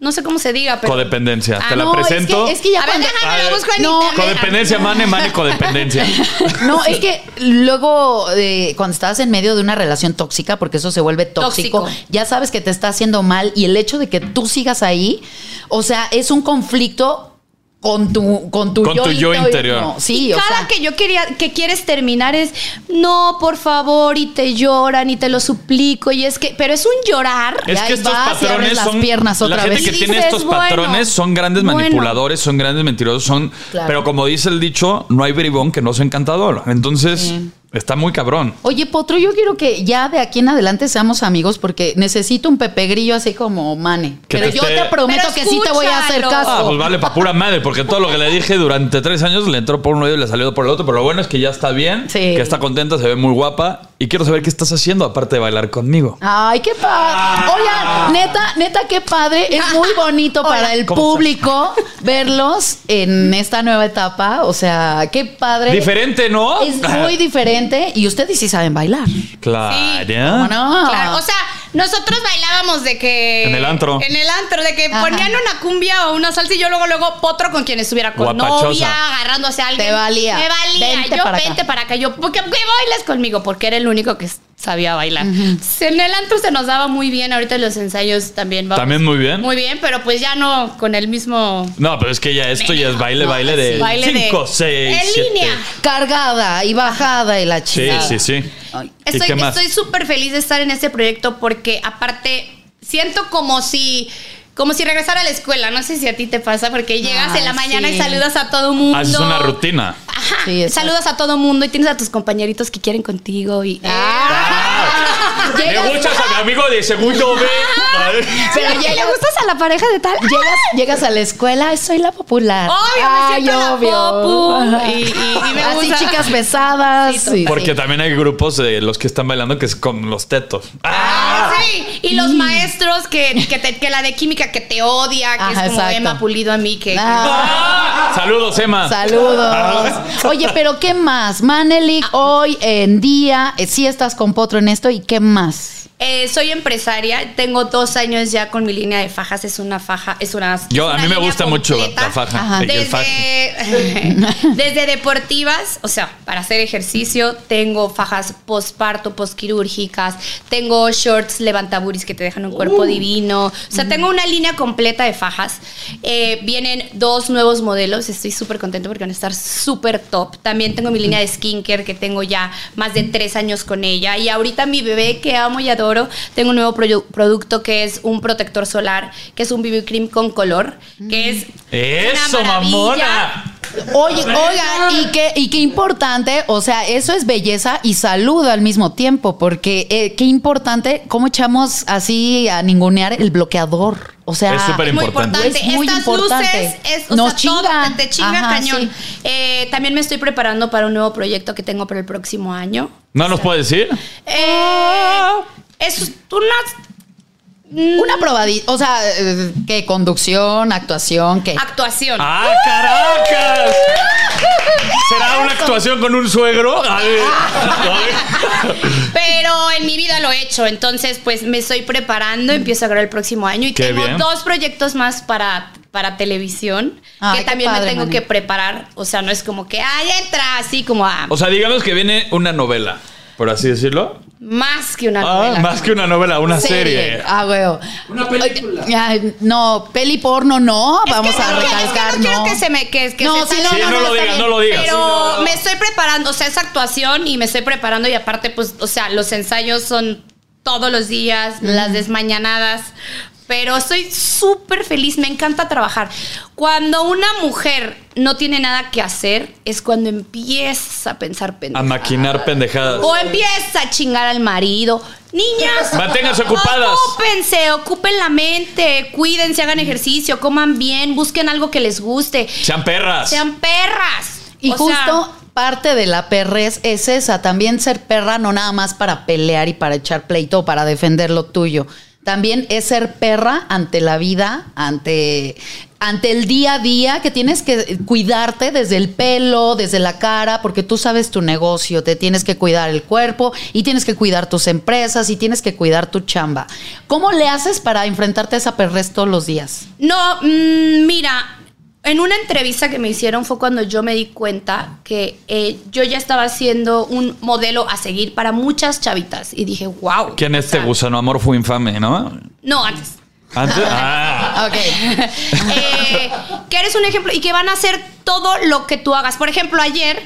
No sé cómo se diga, pero.
Codependencia. Te la
Ah, no, es
presento.
que- es que ya
a ver,
cuando-
déjame,
Ah,
lo busco en
no,
internet.
Codependencia, mane, mane, codependencia.
No, es que luego eh, cuando estás en medio de una relación tóxica, porque eso se vuelve tóxico,
Tóxico.
ya sabes que te está haciendo mal y el hecho de que tú sigas ahí, o sea, es un conflicto con tu con tu
Con tu yo interior.
Sí,
Y
o
cada
sea,
que yo quería, que quieres terminar es, no, por favor, y te lloran, y te lo suplico, y es que, pero es un llorar.
Es
ahí
que estos
vas y abres
patrones
las
son.
piernas
la
otra
gente
vez.
que
Y
tiene
dices,
estos
bueno,
patrones son grandes
bueno.
manipuladores, son grandes mentirosos, son.
Claro.
Pero como dice el dicho, no hay bribón que no sea encantador. Entonces, está muy cabrón.
Oye, Potro, yo quiero que ya de aquí en adelante seamos amigos porque necesito un Pepe Grillo así como Mane.
Que
Pero
te
yo
esté-
te prometo
Pero
que sí te voy a hacer
escúchalo.
caso.
Ah, pues vale para pura madre, porque todo lo que le dije durante tres años le entró por un oído y le salió por el otro. Pero lo bueno es que ya está bien,
Sí.
que está contenta, se ve muy guapa. Y quiero saber qué estás haciendo aparte de bailar conmigo.
Ay, qué padre.
Ah.
Oigan, neta, neta, qué padre. Es muy bonito para el
¿Cómo
público verlos en esta nueva etapa. O sea, qué padre.
Diferente, ¿no?
Es muy diferente. Y ustedes sí saben bailar.
Claro.
¿Cómo no?
Claro, o sea, nosotros bailábamos de que.
En el antro.
En el antro, de que
Ajá.
ponían una cumbia o una salsa y yo luego, luego potro con quien estuviera con
Guapachosa.
novia, agarrándose a alguien.
Te valía.
Me valía.
Vente
yo,
para acá.
vente para acá. Yo, porque ¿qué bailas conmigo? Porque era el único que s- sabía bailar. En el antro se nos daba muy bien. Ahorita en los ensayos también vamos.
También muy bien.
Muy bien, pero pues ya no con el mismo.
No, pero es que ya esto ya es baile, baile de
Baile de-
5, 6,
en línea.
Cargada y bajada y la
Sí,
chica.
sí, sí.
Ay.
¿Y
Estoy
qué más?
estoy súper feliz de estar en este proyecto porque aparte siento como si como si regresara a la escuela. No sé si a ti te pasa porque llegas
Ah,
en la mañana
sí.
y saludas a todo mundo.
Haces Ah, una rutina.
Ajá.
Sí, exacto.
saludas a todo mundo y tienes a tus compañeritos que quieren contigo y
Ah.
Ah,
Llegas- Ah.
a mi amigo de segundo B.
Pero
¿Y
llegas,
le gustas a la pareja de tal?
llegas, llegas a la escuela, "Ay, soy la popular.
Obvio, me siento la popu.
Ajá.
Y- y- y me
Así
gusta.
chicas pesadas. sí,
Porque
sí.
también hay grupos de los que están bailando que es con los tetos.
Ah, sí. Y los maestros que, que, te- que la de química que te odia, que
Ajá,
es como
exacto.
Emma Pulido a mí, que
Ah.
Saludos,
Ah.
Emma. Ah.
Saludos. Oye, pero ¿qué más?
Ah.
Manelik, hoy en día, eh, sí estás con Potro en esto, ¿y qué más?
Eh, soy empresaria, tengo dos años ya con mi línea de fajas, es una faja, es una...
Yo,
es
a
una
mí me
línea
gusta mucho la,
completa.
la faja.
Ajá.
y el faje.
Desde, desde deportivas, o sea, para hacer ejercicio, tengo fajas postparto, postquirúrgicas, tengo shorts levantaburis que te dejan un cuerpo divino. O sea, tengo una línea completa de fajas. Eh, vienen dos nuevos modelos, estoy súper contento porque van a estar súper top. También tengo mi línea de skincare que tengo ya más de tres años con ella. Y ahorita mi bebé que amo y adoro, tengo un nuevo produ- producto que es un protector solar, que es un BB cream con color, que es
Eso,
una maravilla.
mamona.
Oye, oigan, y qué, y qué importante, o sea, eso es belleza y salud al mismo tiempo, porque eh, qué importante cómo echamos así a ningunear el bloqueador. O sea,
Es súper
Es Muy importante.
Es muy
Estas
importante.
luces es, o
Nos
sea, todo
chingan.
te, te chinga
Ajá,
cañón.
sí.
Eh, también me estoy preparando para un nuevo proyecto que tengo para el próximo año.
¿No nos puede decir?
Eh, es una
una probadita, o sea, eh, ¿qué? Conducción, actuación, ¿qué?
actuación.
¡Ah, Caracas! ¿Será una actuación con un suegro? Ay, ay.
Pero en mi vida lo he hecho, entonces pues me estoy preparando, empiezo a grabar el próximo año y
Qué
tengo
bien.
dos proyectos más para, para televisión
Ay,
que
qué
también me
padre,
tengo
Moni.
que preparar, o sea, no es como que, ay, entra así como "Ah, a...
O sea, digamos que viene una novela, por así decirlo.
más que una...
Ah,
novela.
más que una novela, una serie.
Ah, huevo.
Una película.
Ay, ay, no, peli porno no,
Es que
vamos a
no quiero- es que
recalcar,
no. quiero
no.
que se me... Que, que
No,
se
sí,
salga
Sí, no,
no,
lo
está
digas,
bien.
no lo digas.
Pero me estoy preparando, o sea, es actuación y me estoy preparando y aparte, pues, o sea, los ensayos son todos los días, las desmañanadas. Pero estoy súper feliz, me encanta trabajar. Cuando una mujer no tiene nada que hacer, es cuando empieza a pensar
A
pendejadas.
maquinar pendejadas.
O empieza a chingar al marido. Niñas,
Manténganse ocupadas.
Ocúpense, ocupen la mente, cuídense, hagan ejercicio, coman bien, busquen algo que les guste.
Sean perras.
Sean perras.
Y
O sea,
justo parte de la perrez es esa, también ser perra no nada más para pelear y para echar pleito o para defender lo tuyo. También es ser perra ante la vida, ante, ante el día a día, que tienes que cuidarte desde el pelo, desde la cara, porque tú sabes tu negocio, te tienes que cuidar el cuerpo y tienes que cuidar tus empresas y tienes que cuidar tu chamba. ¿Cómo le haces para enfrentarte a esa perrez todos los días?
No, mm, mira, en una entrevista que me hicieron fue cuando yo me di cuenta que eh, yo ya estaba siendo un modelo a seguir para muchas chavitas. Y dije, wow.
¿Quién es
o sea,
este gusano amor fue infame, no?
No, antes.
Antes. Ah.
Ok.
Eh, que eres un ejemplo y que van a hacer todo lo que tú hagas. Por ejemplo, ayer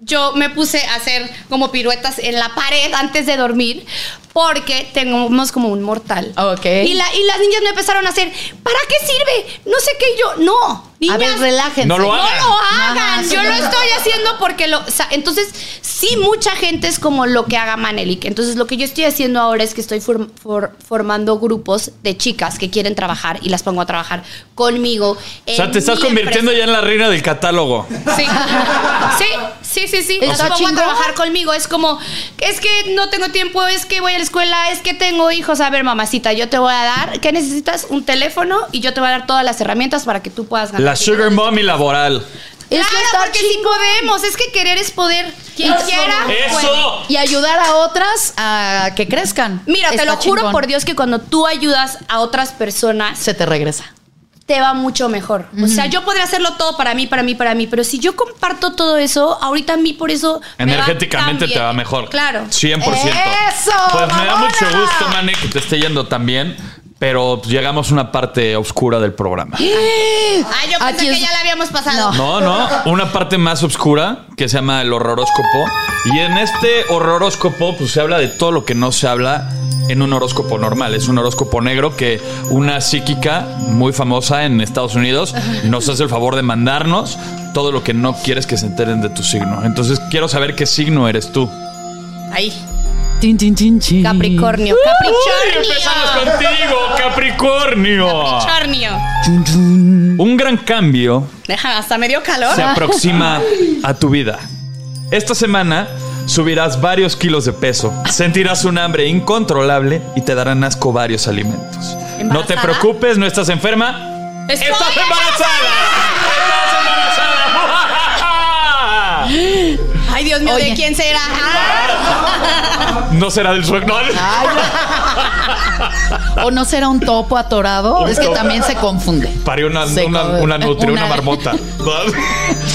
yo me puse a hacer como piruetas en la pared antes de dormir porque tenemos como un mortal.
Ok.
Y, la- y las niñas me empezaron a hacer, ¿para qué sirve? No sé qué Y yo. No, niñas.
A ver, relájense.
No lo hagas.
No lo hagan.
Ajá, sí,
Yo
no
lo
lo-
estoy haciendo porque lo. o sea, entonces, sí, mucha gente es como lo que haga Manelik. Entonces, lo que yo estoy haciendo ahora es que estoy form- for- formando grupos de chicas que quieren trabajar y las pongo a trabajar conmigo.
O sea, te estás convirtiendo ya en la reina del catálogo.
Sí. Sí, sí, sí, sí. Las
Está
pongo
chingón.
a trabajar conmigo. Es como, es que no tengo tiempo, es que voy a la escuela, es que tengo hijos. A ver, mamacita, yo te voy a dar, ¿qué necesitas? Un teléfono y yo te voy a dar todas las herramientas para que tú puedas ganar.
La
dinero.
sugar mommy laboral.
Eso
claro,
está
porque sí podemos. Es que querer es poder. Quien
Eso.
quiera. puede.
¡Eso!
y ayudar a otras a que crezcan.
Mira, te
Está
lo juro
chingón.
por Dios que cuando tú ayudas a otras personas,
Se te regresa.
te va mucho mejor. O sea, yo podría hacerlo todo para mí, para mí, para mí, pero si yo comparto todo eso, ahorita a mí por eso... me va
Energéticamente
tan
te
bien.
va mejor.
Claro.
100%.
¡Eso,
Pues me da
mamona!
mucho gusto, Mane, que te esté yendo tan bien. Pero pues, llegamos a una parte oscura del programa.
Ah, yo pensé
Aquí es-
que ya la habíamos pasado.
No.
No, no. Una parte más oscura que se llama el horroróscopo. Y en este horroróscopo, pues se habla de todo lo que no se habla en un horóscopo normal. Es un horóscopo negro que una psíquica muy famosa en Estados Unidos nos hace el favor de mandarnos todo lo que no quieres que se enteren de tu signo. Entonces quiero saber qué signo eres tú.
Ahí. Capricornio. Capricornio.
contigo, Capricornio.
Capricornio.
Un gran cambio
Deja, hasta me dio calor.
se aproxima a tu vida. Esta semana subirás varios kilos de peso, sentirás un hambre incontrolable y te darán asco varios alimentos. No te
¿Embarazada?
preocupes, no estás enferma.
Estoy
¡Estás embarazada! ¡Estás
Ay, Dios mío, ¿de
Oye.
quién será? Ah.
embarazada! No será del suegro.
¿O no será un topo atorado? Es que también se confunde.
Parió una,
Se
una,
come-
una nutria, una
una-
marmota.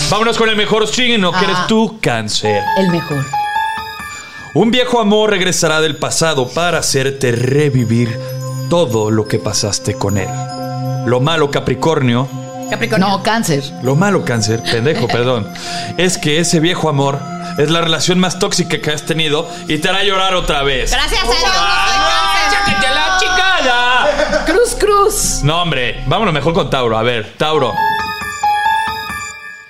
Vámonos con el mejor signo, que eres
Ah.
tú, cáncer.
El mejor.
Un viejo amor regresará del pasado para hacerte revivir todo lo que pasaste con él. Lo malo, Capricornio,
Capricornio.
No, cáncer.
lo malo, Cáncer, pendejo, perdón, es que ese viejo amor es la relación más tóxica que has tenido y te hará llorar otra vez.
Gracias a Dios. no soy
¡Ah,
cáncer.
chácate la chingada!
Cruz, cruz.
No, hombre, vámonos mejor con Tauro. A ver, Tauro.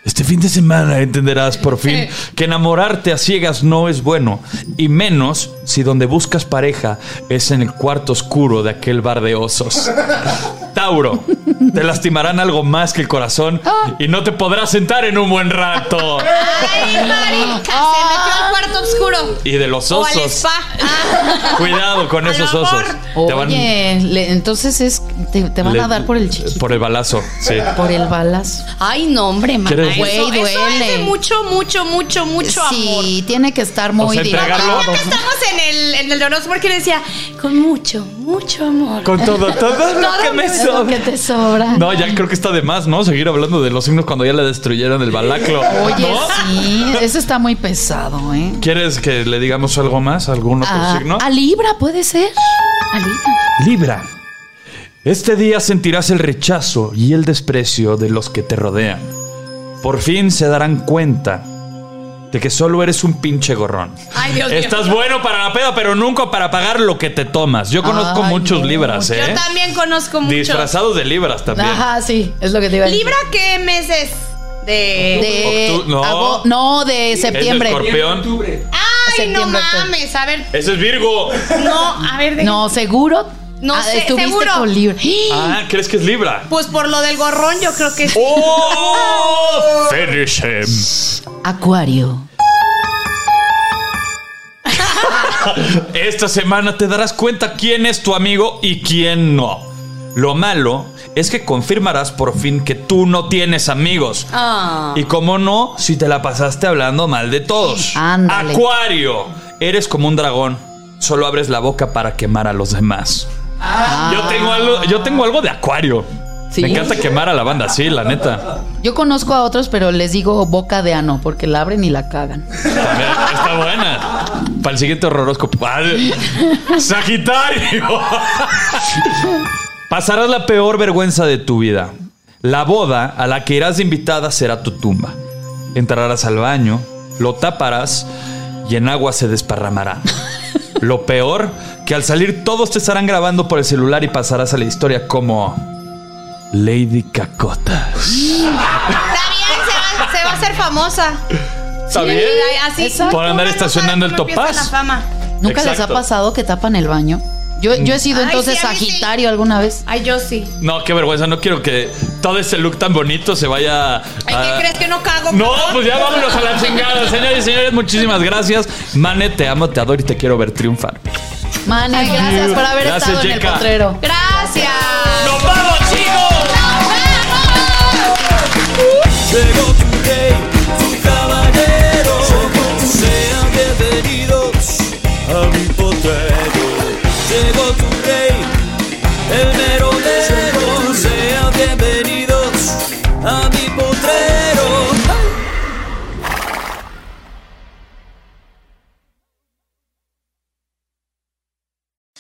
Este fin de semana entenderás por fin que enamorarte a ciegas no es bueno, y menos si donde buscas pareja es en el cuarto oscuro de aquel bar de osos. Tauro, te lastimarán algo más que el corazón y no te podrás sentar en un buen rato.
¡Ay,
Ah.
marica! Se metió al cuarto oscuro.
Y de los
O al
osos.
spa. Ah.
Cuidado con
Al
esos
amor.
osos. Te van-
Oye, le- entonces es te, te van
le-
a dar por el chiquito,
Por el balazo, sí.
por el balazo.
Ay, no, hombre, mamá.
¿Quieres-
Eso,
Güey,
eso es
duele.
de mucho, mucho, mucho, mucho amor.
Sí, tiene que estar muy
O sea, entregarlo.
dilatado.
Ahorita que estamos en el, en el de Orozco, porque decía, con mucho, mucho amor.
Con todo, todo lo que me
Es lo
sobra.
que te sobra.
No, ya creo que está de más, ¿no? Seguir hablando de los signos cuando ya le destruyeron el balaclo.
Oye,
¿no?
sí, eso está muy pesado, ¿eh?
¿Quieres que le digamos algo más? ¿Algún otro
Ah,
signo?
a Libra puede ser. A Libra.
Libra. Este día sentirás el rechazo y el desprecio de los que te rodean. Por fin se darán cuenta de que solo eres un pinche gorrón.
Ay, Dios mío.
Estás bueno para la peda, pero nunca para pagar lo que te tomas. Yo conozco
Ay,
muchos
no.
libras, ¿eh?
Yo también conozco mucho.
Disfrazados de libras también.
Ajá, sí, es lo que te iba a decir.
¿Libra qué meses? De.
de
Octu- no.
ago- no, de
Es de
septiembre.
escorpión.
Ay,
septiembre,
no
octubre.
mames. A ver,
Ese es Virgo.
no, a ver, de-
No, seguro.
No
Ah,
sé,
estuviste
seguro.
con Libra.
Ah, ¿crees que es Libra?
Pues por lo del gorrón, yo creo que sí.
¡Oh! Finish him. Ah.
Acuario.
Esta semana te darás cuenta quién es tu amigo y quién no. Lo malo es que confirmarás por fin que tú no tienes amigos.
Ah.
Y cómo no, si te la pasaste hablando mal de todos.
Ándale.
Acuario, eres como un dragón. Solo abres la boca para quemar a los demás. Yo, tengo algo, yo tengo algo de acuario.
Ah. Sí.
Me encanta quemar a la banda, sí, la neta.
Yo conozco a otros, pero les digo boca de ano, porque la abren y la cagan.
También está buena. Para el siguiente horóscopo. Ah, Sagitario. Pasarás la peor vergüenza de tu vida. La boda a la que irás de invitada será tu tumba. Entrarás al baño, lo taparás y en agua se desparramará. Lo peor, que al salir todos te estarán grabando por el celular y pasarás a la historia como Lady Cacota.
Está bien, se va, se va a hacer famosa.
¿Está bien?
Sí, así.
Exacto.
Por
Uno
andar
no
estacionando
sabe
el
cómo empieza
Topaz.
la fama.
¿Nunca les ha
Exacto. Mm.
pasado que tapan el baño? Yo, yo he sido
Ay,
entonces
sí, a mí sí.
Sagitario alguna vez.
Ay, yo sí.
No, qué vergüenza, no quiero que todo ese look tan bonito se vaya
Ay,
a-
¿Qué crees que no cago?
Ah. No,
cabrón?
pues ya vámonos a la chingada, señores y señores, muchísimas gracias. Mane, te amo, te adoro y te quiero ver triunfar.
Mane, gracias por haber
Gracias,
estado en el
Yeka.
potrero.
Gracias.
¡Nos vamos, chicos!
¡Nos vamos!
Llegó tu rey, tu caballero. Sean bienvenidos a mi potrero. Llegó tu rey, el mero mero. Sean bienvenidos a mi potrero.